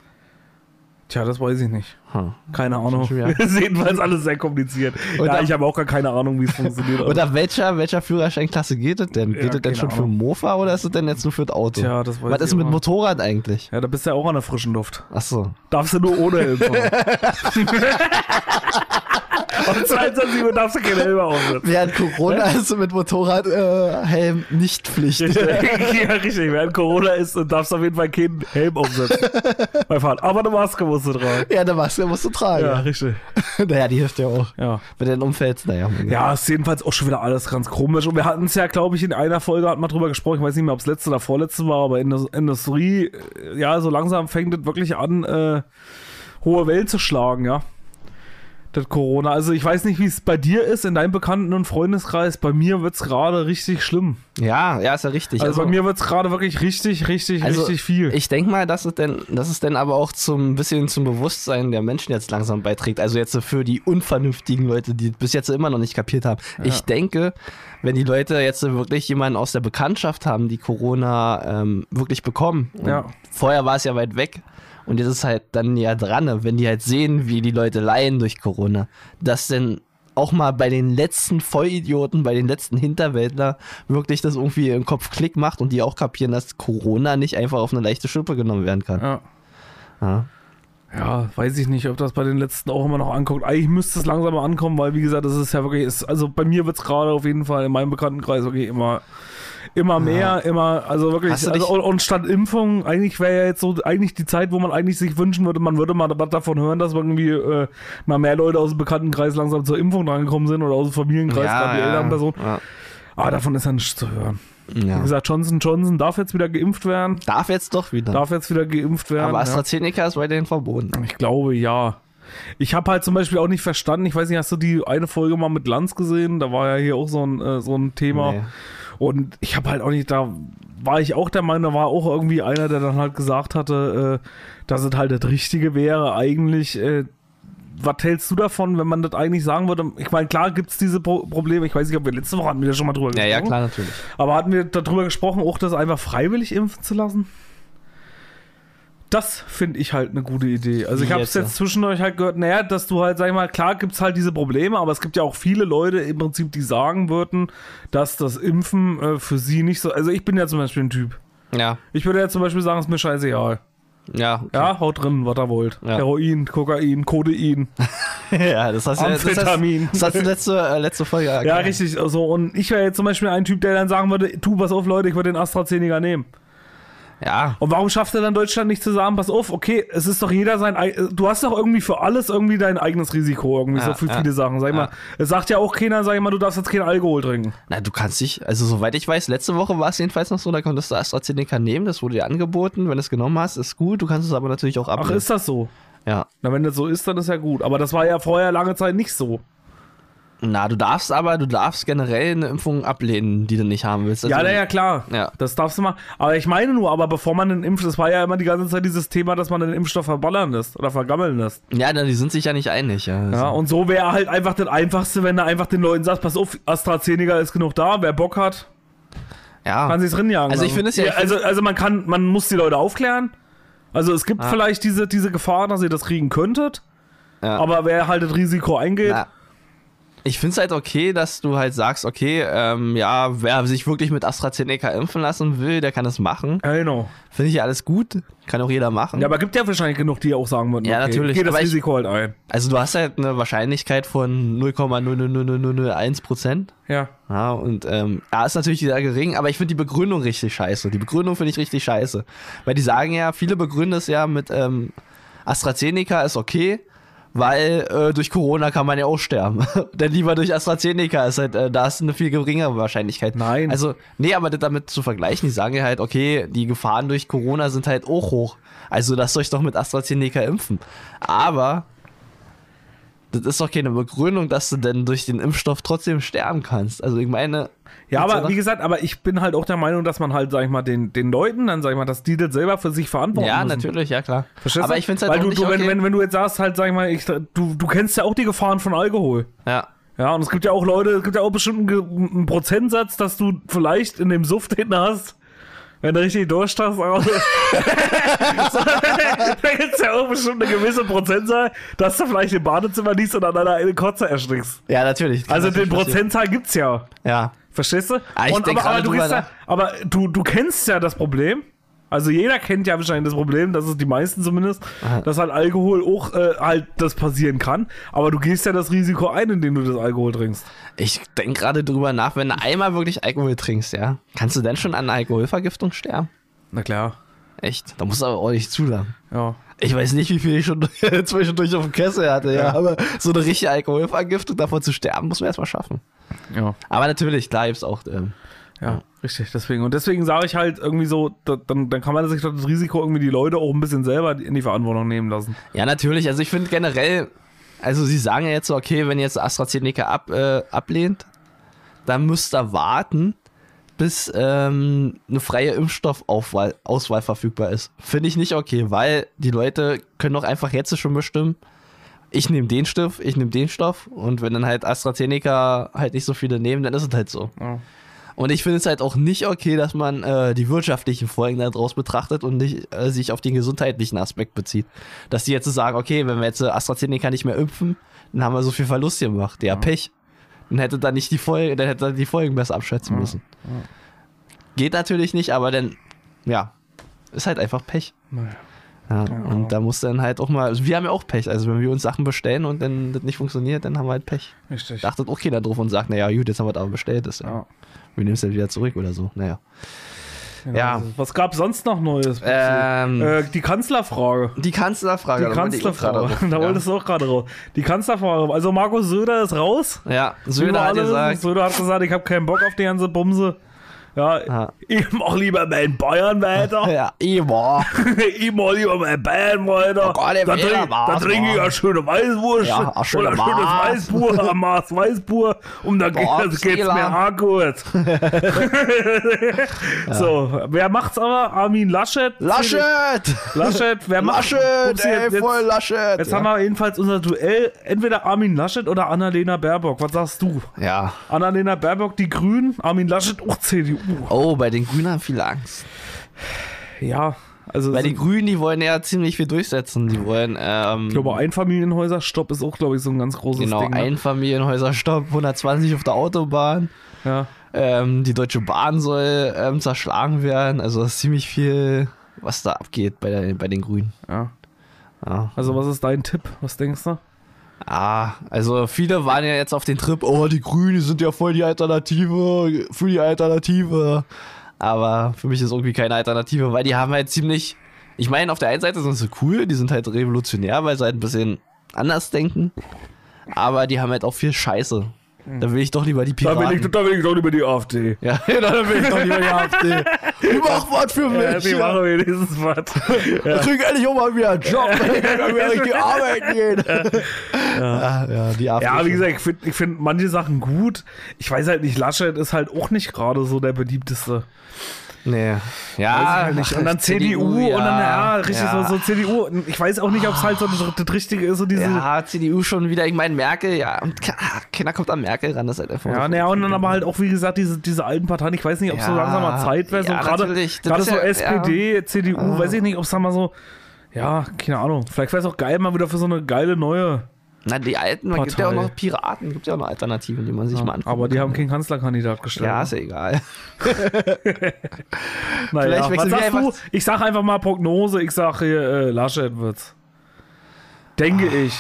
Tja, das weiß ich nicht.
Hm.
Keine Ahnung. <laughs>
Schon wieder.
Das ist jedenfalls alles sehr kompliziert. ja,
da-
ich habe auch gar keine Ahnung, wie es funktioniert.
<laughs>
Also,
Oder welcher, welcher Führerscheinklasse geht es denn? Geht
Ja,
es denn
keine
schon für
Ahnung.
Mofa oder ist es denn jetzt nur für das Auto?
Tja, das weiß
Was
ich
ist mit
auch.
Motorrad eigentlich?
ja, da bist du ja auch an der frischen Luft.
Achso.
Darfst du nur ohne Helm fahren. <laughs> Auf 22 Uhr darfst du keine Helme aufsetzen.
Während <laughs> Corona ist mit Motorradhelm äh, Helm nicht
<laughs>
Pflicht.
ja, richtig. Während Corona ist, darfst du auf jeden Fall keinen Helm <laughs> aufsetzen. mein Vater. Aber eine Maske musst du tragen.
Ja, eine Maske musst du
Ja,
tragen.
richtig.
<laughs> Naja, die hilft ja auch.
Ja.
Wenn du dann umfällst, naja.
Ja, ist jedenfalls auch schon wieder alles ganz komisch. Und wir hatten es ja, glaube ich, in einer Folge hatten wir drüber gesprochen. Ich weiß nicht mehr, ob es letzte oder vorletzte war, aber in der Industrie, äh, ja, so langsam fängt es wirklich an, äh, hohe Wellen zu schlagen, ja. Das Corona. Also ich weiß nicht, wie es bei dir ist, in deinem Bekannten- und Freundeskreis. Bei mir wird es gerade richtig schlimm.
Ja, ja, ist ja richtig.
Also, bei mir wird es gerade wirklich richtig, richtig,
also,
richtig viel.
Ich denke mal, dass es, denn, dass es denn aber auch zum bisschen zum Bewusstsein der Menschen jetzt langsam beiträgt. Also jetzt für die unvernünftigen Leute, die bis jetzt immer noch nicht kapiert haben. Ich denke, wenn die Leute jetzt wirklich jemanden aus der Bekanntschaft haben, die Corona ähm, wirklich bekommen. und
Ja.
Vorher war es ja weit weg. Und jetzt ist halt dann ja dran, ne, wenn die halt sehen, wie die Leute leiden durch Corona, dass denn auch mal bei den letzten Vollidioten, bei den letzten Hinterwäldler wirklich das irgendwie im Kopf Klick macht und die auch kapieren, dass Corona nicht einfach auf eine leichte Schippe genommen werden kann.
ja.
Ja.
Ja, weiß ich nicht, ob das bei den letzten auch immer noch ankommt. Eigentlich müsste es langsam mal ankommen, weil wie gesagt, das ist ja wirklich, ist, also bei mir wird es gerade auf jeden Fall in meinem Bekanntenkreis okay, immer, immer mehr, immer, also wirklich,
Hast du
also,
dich-
und, und statt Impfung, eigentlich wäre ja jetzt so, eigentlich die Zeit, wo man eigentlich sich wünschen würde, man würde mal was davon hören, dass irgendwie äh, mal mehr Leute aus dem Bekanntenkreis langsam zur Impfung rangekommen sind oder aus dem Familienkreis, gerade die älteren Personen.
ja,
Ah, davon ist ja nichts zu hören. Wie
ja.
gesagt, Johnson Johnson darf jetzt wieder geimpft werden,
Darf jetzt doch wieder.
darf jetzt wieder geimpft werden.
Aber
ja.
AstraZeneca ist weiterhin verboten.
Ich glaube ja. Ich habe halt zum Beispiel auch nicht verstanden, ich weiß nicht, hast du die eine Folge mal mit Lanz gesehen? Da war ja hier auch so ein, äh, so ein Thema.
Nee.
Und ich habe halt auch nicht, da war ich auch der Meinung, da war auch irgendwie einer, der dann halt gesagt hatte, äh, dass es halt das Richtige wäre, eigentlich. Äh, was hältst du davon, wenn man das eigentlich sagen würde? Ich meine, klar gibt es diese Pro Probleme. Ich weiß nicht, ob wir letzte Woche hatten wir da schon mal drüber
Ja,
gesprochen.
ja, klar, natürlich.
Aber hatten wir darüber gesprochen, auch das einfach freiwillig impfen zu lassen? Das finde ich halt eine gute Idee. Also ich
Wie
habe es
jetzt,
jetzt zwischendurch halt gehört, naja, dass du halt, sag ich mal, klar gibt es halt diese Probleme, aber es gibt ja auch viele Leute im Prinzip, die sagen würden, dass das Impfen äh, für sie nicht so, also ich bin ja zum Beispiel ein Typ.
Ja,
Ich würde ja zum Beispiel sagen, ist mir scheißegal.
ja.
Ja, haut drin, was ihr wollt.
Ja.
Heroin, Kokain, Codein.
<laughs> ja das hast du das hast,
Amphetamin.
das hast du letzte, äh, letzte Folge <laughs>
Ja,
erklärt.
richtig. Also, und ich wäre jetzt zum Beispiel ein Typ, der dann sagen würde, tu, pass auf, Leute, ich würde den AstraZeneca nehmen.
Ja,
Und warum schafft er dann Deutschland nicht zu sagen, pass auf, okay, es ist doch jeder sein, ei- du hast doch irgendwie für alles irgendwie dein eigenes Risiko irgendwie, so
Ja,
für
ja,
viele Sachen, sag ich
ja.
mal. Es sagt ja auch keiner, sag ich mal, du darfst jetzt keinen Alkohol trinken.
Na, du kannst dich, also soweit ich weiß, letzte Woche war es jedenfalls noch so, da konntest du AstraZeneca nehmen, das wurde dir angeboten, wenn du es genommen hast, ist gut, du kannst es aber natürlich auch
Ach,
ablehnen.
ist das so?
ja.
Na, wenn das so ist, dann ist ja gut. Aber das war ja vorher lange Zeit nicht so.
Na, du darfst aber, du darfst generell eine Impfung ablehnen, die du nicht haben willst. Also,
ja, na ja, klar.
Ja.
Das darfst du mal. Aber ich meine nur, aber bevor man den Impfstoff, das war ja immer die ganze Zeit dieses Thema, dass man den Impfstoff verballern lässt oder vergammeln lässt.
Ja, na, die sind sich ja nicht einig. Ja, also,
Ja, und so wäre halt einfach das Einfachste, wenn du einfach den Leuten sagst, pass auf, AstraZeneca ist genug da, wer Bock hat,
ja.
Kann sich's rinjagen.
Also ich
lassen.
finde es ja- ich
Also, also man kann, man muss die Leute aufklären. Also es gibt
Ah.
vielleicht diese, diese Gefahr, dass ihr das kriegen könntet.
Ja.
Aber wer halt das Risiko eingeht,
Na, ich finde es halt okay, dass du halt sagst, okay, ähm, ja, wer sich wirklich mit AstraZeneca impfen lassen will, der kann es machen.
ja, genau.
Finde ich ja alles gut, kann auch jeder machen.
Ja, aber gibt ja wahrscheinlich genug, die auch sagen würden,
Ja,
okay,
natürlich.
geht das
Aber ich-
Risiko halt ein.
Also du hast halt eine Wahrscheinlichkeit von 0,00001 Prozent.
Ja.
Ja, und ähm, ja, ist natürlich sehr gering, aber ich finde die Begründung richtig scheiße. Die Begründung finde ich richtig scheiße. Weil die sagen ja, viele begründen es ja mit ähm, AstraZeneca ist okay, weil äh, durch Corona kann man ja auch sterben. <laughs> Denn lieber durch AstraZeneca ist halt, äh, da ist eine viel geringere Wahrscheinlichkeit.
Nein.
Also, nee, aber das damit zu vergleichen, die sagen ja halt, okay, die Gefahren durch Corona sind halt auch hoch. Also lasst euch doch mit AstraZeneca impfen. Aber das ist doch keine Begründung, dass du denn durch den Impfstoff trotzdem sterben kannst. Also ich meine.
Ja,
gibt's
aber
noch-
wie gesagt, aber ich bin halt auch der Meinung, dass man halt, sag ich mal, den, den Leuten dann, sag ich mal, dass die das selber für sich verantworten
Ja,
müssen.
natürlich, ja klar.
Verstehst
aber
du?
ich finde es halt
Weil
auch
du,
nicht
du wenn,
okay.
wenn, wenn du jetzt sagst, halt, sag ich mal, ich, du, du kennst ja auch die Gefahren von Alkohol.
ja.
Ja, und es gibt ja auch Leute, es gibt ja auch bestimmt einen, Ge- einen Prozentsatz, dass du vielleicht in dem Suft hinten hast, wenn du richtig Durst hast, aber <laughs> so, da gibt's ja auch bestimmt eine gewisse Prozentzahl, dass du vielleicht im Badezimmer liegst und an einer eine Kotze erstickst.
ja, natürlich.
Also
Kann
den
natürlich passieren.
Prozentzahl gibt's ja.
Ja.
Verstehst du?
Ah, ich
und,
denk
aber aber,
gerade
du,
drüber
gehst ja,
nach.
aber du, du kennst ja das Problem. Also jeder kennt ja wahrscheinlich das Problem, das ist die meisten zumindest, dass halt Alkohol auch äh, halt das passieren kann. Aber du gehst ja das Risiko ein, indem du das Alkohol trinkst.
Ich denke gerade drüber nach, wenn du einmal wirklich Alkohol trinkst, ja, kannst du denn schon an Alkoholvergiftung sterben?
Na klar.
Echt? Da musst du aber ordentlich zulassen.
Ja.
Ich weiß nicht, wie viel ich schon <laughs> zwischendurch auf dem Kessel hatte, ja, aber so eine richtige Alkoholvergiftung, davon zu sterben, muss man erstmal schaffen.
Ja.
Aber natürlich, klar gibt's auch. Ähm,
Ja, richtig. Deswegen. Und deswegen sage ich halt irgendwie so, da, dann, dann kann man sich doch das Risiko irgendwie die Leute auch ein bisschen selber in die Verantwortung nehmen lassen.
ja, natürlich, also ich finde generell, also sie sagen ja jetzt so, okay, wenn ihr jetzt AstraZeneca ab, äh, ablehnt, dann müsst ihr warten, bis ähm, eine freie Impfstoffauswahl Auswahl verfügbar ist. Finde ich nicht okay, weil die Leute können doch einfach jetzt schon bestimmen, ich nehme den Stift, ich nehme den Stoff und wenn dann halt AstraZeneca halt nicht so viele nehmen, dann ist es halt so.
Ja.
Und ich finde es halt auch nicht okay, dass man äh, die wirtschaftlichen Folgen daraus betrachtet und nicht, äh, sich auf den gesundheitlichen Aspekt bezieht. Dass die jetzt so sagen, okay, wenn wir jetzt äh, AstraZeneca nicht mehr impfen, dann haben wir so viel Verlust gemacht. Ja, Pech. Dann hätte da nicht die Folgen, dann hätte da die Folgen besser abschätzen müssen. Geht natürlich nicht, aber dann, ja, ist halt einfach Pech.
Naja.
Ja, und da muss dann halt auch mal, also wir haben ja auch Pech. Also wenn wir uns Sachen bestellen und dann das nicht funktioniert, dann haben wir halt Pech.
Richtig.
Da achtet auch keiner drauf und sagt, naja, gut, jetzt haben wir das aber bestellt. Das,
Ja.
Wir nehmen es dann wieder zurück oder so. Naja.
Genau.
Ja.
Was gab's sonst noch Neues?
Ähm.
äh, die Kanzlerfrage.
Die Kanzlerfrage.
Die
da wollte ich
Kanzlerfrage.
gerade
<laughs> Da
drauf.
wolltest du auch gerade raus. Die Kanzlerfrage. Also Markus Söder ist raus.
ja. ja,
Über
Söder hat
alles.
gesagt.
Söder hat gesagt, ich habe keinen Bock auf die ganze Bumse. Ja,
Ja.
ich mach lieber meinen Bayern weiter.
Ja,
<laughs>
immer.
ich mach lieber meinen Bayern weiter.
Oh Gott, der
da
Wähler
trinke da
war's,
trink ich
Mann.
eine schöne Weißwurst
Ja, eine schöne
oder schönes
Maß.
Weißbier,
<laughs>
ein Maß Weißbier und dann
Boah,
geht's, geht's
Stila.
mir auch gut.
<laughs>
So, wer macht's aber? Armin Laschet.
Laschet!
Laschet, wer macht
Laschet!
Pupsi,
Ey,
jetzt-
voll Laschet!
Jetzt
ja.
haben wir jedenfalls unser Duell. Entweder Armin Laschet oder Annalena Baerbock. Was sagst du?
ja.
Annalena Baerbock, die Grünen, Armin Laschet, auch CDU.
Oh, bei den Grünen haben viele Angst.
Ja, also
Bei
es
den
sind-
Grünen, die wollen ja ziemlich viel durchsetzen. Die wollen, ähm,
ich glaube, Einfamilienhäuser-Stopp ist auch, glaube ich, so ein ganz großes
genau,
Ding. ne?
Einfamilienhäuser stopp, 120 auf der Autobahn.
ja.
Ähm, die Deutsche Bahn soll ähm, zerschlagen werden. Also das ist ziemlich viel, was da abgeht bei, der, bei den Grünen.
ja.
Ja.
Also, was ist dein Tipp? Was denkst du?
Ah, also viele waren ja jetzt auf den Trip, oh, die Grünen sind ja voll die Alternative, für die Alternative. Aber für mich ist irgendwie keine Alternative, weil die haben halt ziemlich, ich meine, auf der einen Seite sind sie cool, die sind halt revolutionär, weil sie halt ein bisschen anders denken. Aber die haben halt auch viel Scheiße. Da will ich doch lieber die Piraten.
Hm. da will ich doch über die AfD.
ja, <laughs> da will ich
<laughs>
doch lieber die AfD. Die machen was für
Ja,
mich.
die machen wenigstens <laughs> was.
Ich krieg endlich auch mal wieder
<laughs>
einen Job, <laughs> ich kann wieder richtig arbeiten gehen. <laughs> Ja, ja, die AfD.
Ja, wie
schon.
gesagt, ich finde ich find manche Sachen gut. Ich weiß halt nicht, Laschet ist halt auch nicht gerade so der beliebteste.
Nee.
Weiß ich
Ja,
halt nicht. Und dann CDU, und dann, ja, richtig,
ja.
So, so CDU. Und Ich weiß auch nicht, ob es halt so das, das Richtige ist, so diese. Ja,
Ja, CDU schon wieder. Ich meine, Merkel, ja. Und ke- ah, keiner kommt an Merkel ran, das ist halt einfach.
ja,
so-
naja, und dann aber halt auch, wie gesagt, diese, diese alten Parteien. Ich weiß nicht, ob es so
Ja,
langsam mal Zeit wäre. So
ja,
gerade
natürlich. Das
gerade
ist
so
ja- Ah.
SPD, CDU, weiß ich nicht, ob es da mal so. Ja, keine Ahnung. Vielleicht wäre es auch geil, mal wieder für so eine geile neue.
Na, die Alten, man gibt ja auch
Partei.
noch Piraten, gibt ja auch noch Alternativen, die man sich mal anguckt.
Aber die haben keinen Kanzlerkandidat gestellt.
Ja, ist ja egal.
naja.
vielleicht
Was
wechseln wir
sagst du?
einfach-
Ich sage einfach mal Prognose. Ich sage äh, Laschet wird's. Denke
Ah.
ich.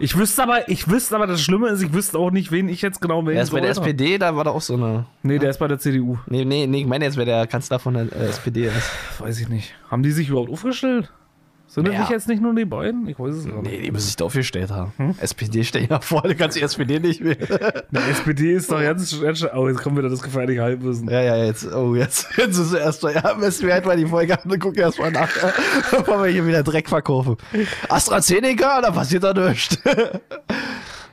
Ich wüsste aber, ich wüsste aber, das Schlimme ist, ich wüsste auch nicht, wen ich jetzt genau wählen
Er ist bei der
sollte.
SPD, da war doch auch so eine.
Nee, der ist bei der CDU.
Nee, nee, nee, ich meine jetzt, wer der Kanzler von der äh, SPD ist.
Pff, weiß ich nicht. Haben die sich überhaupt aufgestellt? Sind das
Ja.
nicht jetzt nicht nur die beiden? Ich weiß es gar nicht.
Nee, die müssen sich dafür gestellt haben.
Hm?
SPD steht ja vor, du kannst die SPD nicht wählen.
Die SPD ist doch ganz, ganz schön- Oh, jetzt kommen wir da das gefährliche Halbwissen.
Ja, ja, jetzt, oh, jetzt, <laughs> jetzt ist erstmal, ja, müssen wir halt mal die Folge an und gucken erstmal nach, äh, bevor wir hier wieder Dreck verkaufen. AstraZeneca, da passiert da nichts. <laughs>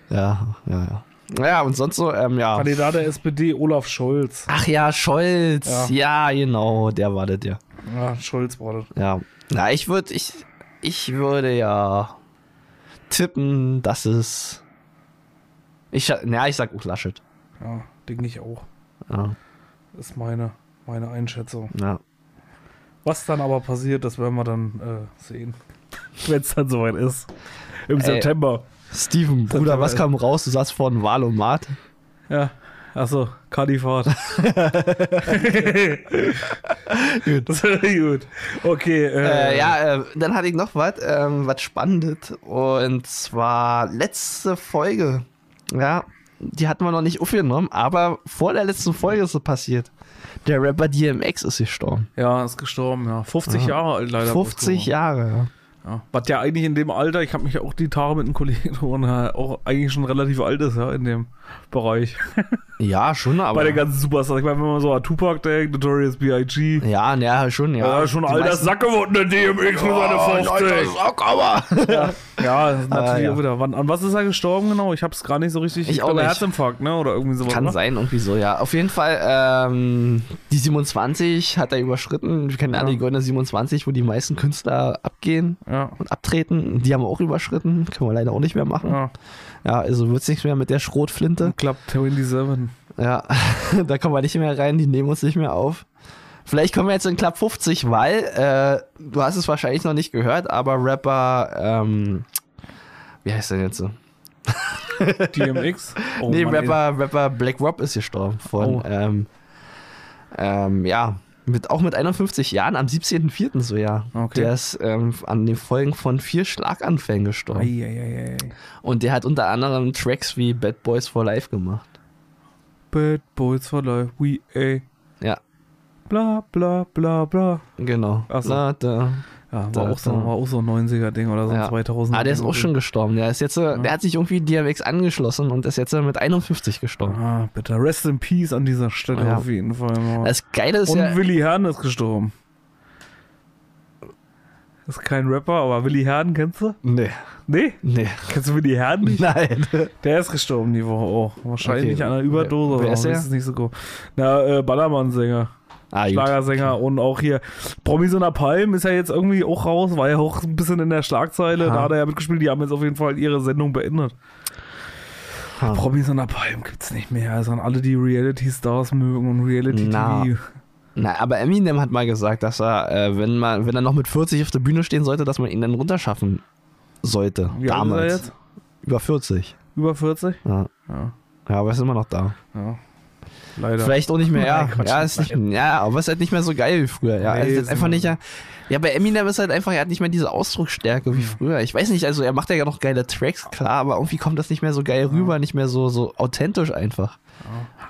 Ja, ja, ja. Ja, und sonst so, ähm, ja.
Kandidat der SPD, Olaf Scholz.
Ach ja, Scholz. Ja, genau, der war das, ja.
Ja, Scholz war das.
Ja. Na, ich würde, ich, ich würde ja tippen, dass es. Ich, scha- na, ich sag auch Laschet.
Ja, denke ich auch.
Ja,
Ist meine, meine Einschätzung.
ja.
Was dann aber passiert, das werden wir dann äh, sehen. <laughs> Wenn es dann soweit ist. Im September.
Steven, Bruder, was kam raus? Du saßt vor einem Wahlomat.
Ja. Achso, Kalifat. <laughs> gut. <laughs> gut. Okay. Äh,
Äh, ja, äh, dann hatte ich noch was, ähm, was Spannendes. Und zwar letzte Folge. Ja, die hatten wir noch nicht aufgenommen, aber vor der letzten Folge ist es passiert. Der Rapper DMX ist gestorben.
ja, ist gestorben, ja. 50 Jahre alt leider.
50 Jahre. ja.
Ja, was ja eigentlich in dem Alter, ich habe mich auch die Tage mit einem Kollegen <laughs> drüber, unterhalten, auch eigentlich schon relativ alt ist, ja, in dem Bereich.
Ja, schon, aber.
Bei den ganzen Superstars. Ich meine, wenn man so an Tupac denkt, Notorious B.I.G.
ja, ja, schon, ja.
Ja, schon
Die
ein alter
meisten-
Sack geworden, der DMX mit
Oh,
seiner
Leute,
50.
Rock, aber.
Ja, das ist natürlich
Ah, ja.
auch wieder. Wann, an was ist er gestorben genau? Ich habe es gerade nicht so richtig.
Ich auch
glaube,
nicht.
Herzinfarkt, ne? Oder irgendwie sowas.
Kann
ne?
sein, irgendwie so, ja. Auf jeden Fall, ähm, die 27 hat er überschritten. Wir kennen alle die goldene 27, wo die meisten Künstler abgehen
Ja.
und abtreten. Die haben wir auch überschritten. Können wir leider auch nicht mehr machen. Ja,
Ja,
also wird's nichts mehr mit der Schrotflinte.
Club 27.
Ja, <laughs> da kommen wir nicht mehr rein. Die nehmen uns nicht mehr auf. Vielleicht kommen wir jetzt in Club 50, weil äh, du hast es wahrscheinlich noch nicht gehört, aber Rapper, ähm, wie heißt der denn jetzt so?
DMX.
<laughs>
Oh,
nee,
Mann, ey.
Rapper, Rapper Black Rob ist gestorben von,
Oh.
ähm, ähm, ja, mit, auch mit 51 Jahren, am 17.04. so ja.
Okay.
Der ist ähm, an den Folgen von vier Schlaganfällen gestorben.
Ei, ei, ei, ei.
Und der hat unter anderem Tracks wie Bad Boys for Life gemacht.
Bad Boys for Life, we a.
Ja,
Bla, bla, bla, bla.
genau.
Ach so.
Na, da.
Ja, war
Da-
auch so,
da-
war auch so ein 90er-Ding oder so ein
Ja.
2000
Ah, der ist auch schon gestorben. Der ist jetzt, äh, der hat sich irgendwie DMX angeschlossen und ist jetzt äh, mit 51 gestorben.
Ah, bitte. Rest in Peace an dieser Stelle
Ja.
auf jeden Fall. Mann.
Das Geile ist
Und
ja,
Willi Herren ist gestorben. Ist kein Rapper, aber Willi Herren kennst du?
nee,
Nee? <laughs>
nee,
Kennst du Willi Herren nicht?
nein.
Der ist gestorben die Woche auch. Wahrscheinlich
Okay.
an einer Überdose.
Wer
oder
ist
so.
der?
Ist nicht so gut. Na, äh, Ballermann-Sänger,
Ah, gut.
Schlagersänger und auch hier Promis in der Palm ist ja jetzt irgendwie auch raus, war ja auch ein bisschen in der Schlagzeile. Da
Aha.
hat er ja mitgespielt. Die haben jetzt auf jeden Fall ihre Sendung beendet.
Ha.
Promis in der Palm gibt's nicht mehr. Also an alle, die Reality-Stars mögen und Reality-TV.
Na, aber Eminem hat mal gesagt, dass er, äh, wenn man, wenn er noch mit 40 auf der Bühne stehen sollte, dass man ihn dann runterschaffen sollte.
Wie alt ist er
damals.
jetzt?
Über 40.
Über 40?
Ja.
Ja.
ja, aber ist immer noch da.
Ja. Leider.
Vielleicht auch nicht mehr, ja.
<laughs> Nein, Quatsch,
ja, ist nicht, ja, aber ist halt nicht mehr so geil wie früher. Ja,
Nee,
also
ist
jetzt einfach
immer-
nicht, ja. Ja, bei Eminem ist halt einfach, er hat nicht mehr diese Ausdrucksstärke wie
Hm.
früher. Ich weiß nicht, also er macht ja noch geile Tracks, klar, aber irgendwie kommt das nicht mehr so geil rüber, nicht mehr so, so authentisch einfach.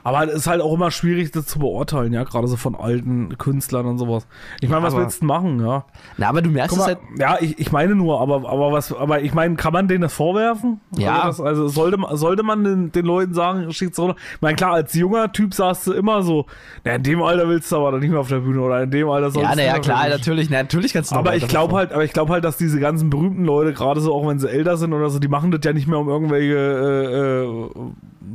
Aber es ist halt auch immer schwierig, das zu beurteilen, ja, gerade so von alten Künstlern und sowas. Ich meine, was
aber-
willst du machen, ja?
Na, aber du merkst
Guck mal,
es halt,
ja, ich, ich meine nur, aber, aber was, aber ich meine, kann man denen das vorwerfen?
Ja.
Also, das, also sollte, man- sollte man den, den Leuten sagen, schickt's runter. Ich meine, klar, als junger Typ saßt du immer so, na, in dem Alter willst du aber doch nicht mehr auf der Bühne oder in dem Alter sollst
ja,
du
naja,
nicht mehr auf
klar,
der Bühne
natürlich, na, natürlich kannst du noch
Aber ich
weiter-
glaube halt, aber ich glaube halt, dass diese ganzen berühmten Leute, gerade so auch wenn sie älter sind oder so, die machen das ja nicht mehr, um irgendwelche äh, äh,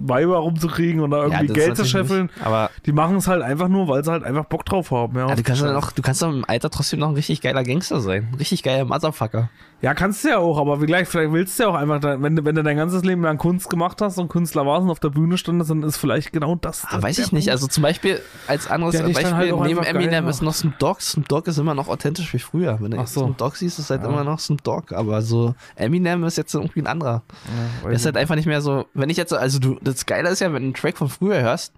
Weiber rumzukriegen oder
Ja,
irgendwie
das
Geld zu
natürlich
scheffeln.
nicht, Aber
Die machen es halt einfach nur, weil sie halt einfach Bock drauf haben. Ja,
Ja, halt du kannst dann auch, du kannst dann im Alter trotzdem noch ein richtig geiler Gangster sein. Ein Richtig geiler Motherfucker.
ja kannst du ja auch, aber wie gleich, vielleicht willst du ja auch einfach, dein- wenn, du- wenn du dein ganzes Leben lang Kunst gemacht hast und Künstler warst und auf der Bühne standest, dann ist vielleicht genau das.
Ah, weiß
der
ich nicht.
Punkt.
Also zum Beispiel, als anderes äh,
Der dich dann
Beispiel,
halt auch
neben
einfach geil
Eminem
macht.
ist noch Snoop Dogg. Snoop Dogg ist immer noch authentisch wie früher. Wenn du
Ach
jetzt
so.
Snoop Dogg siehst, ist halt immer noch Snoop Dogg. Aber so Eminem ist jetzt irgendwie ein anderer.
Weiß
Der ist
ich-
halt einfach nicht mehr so, wenn ich jetzt, so- also du, das Geile ist ja, wenn du einen Track von früher hörst,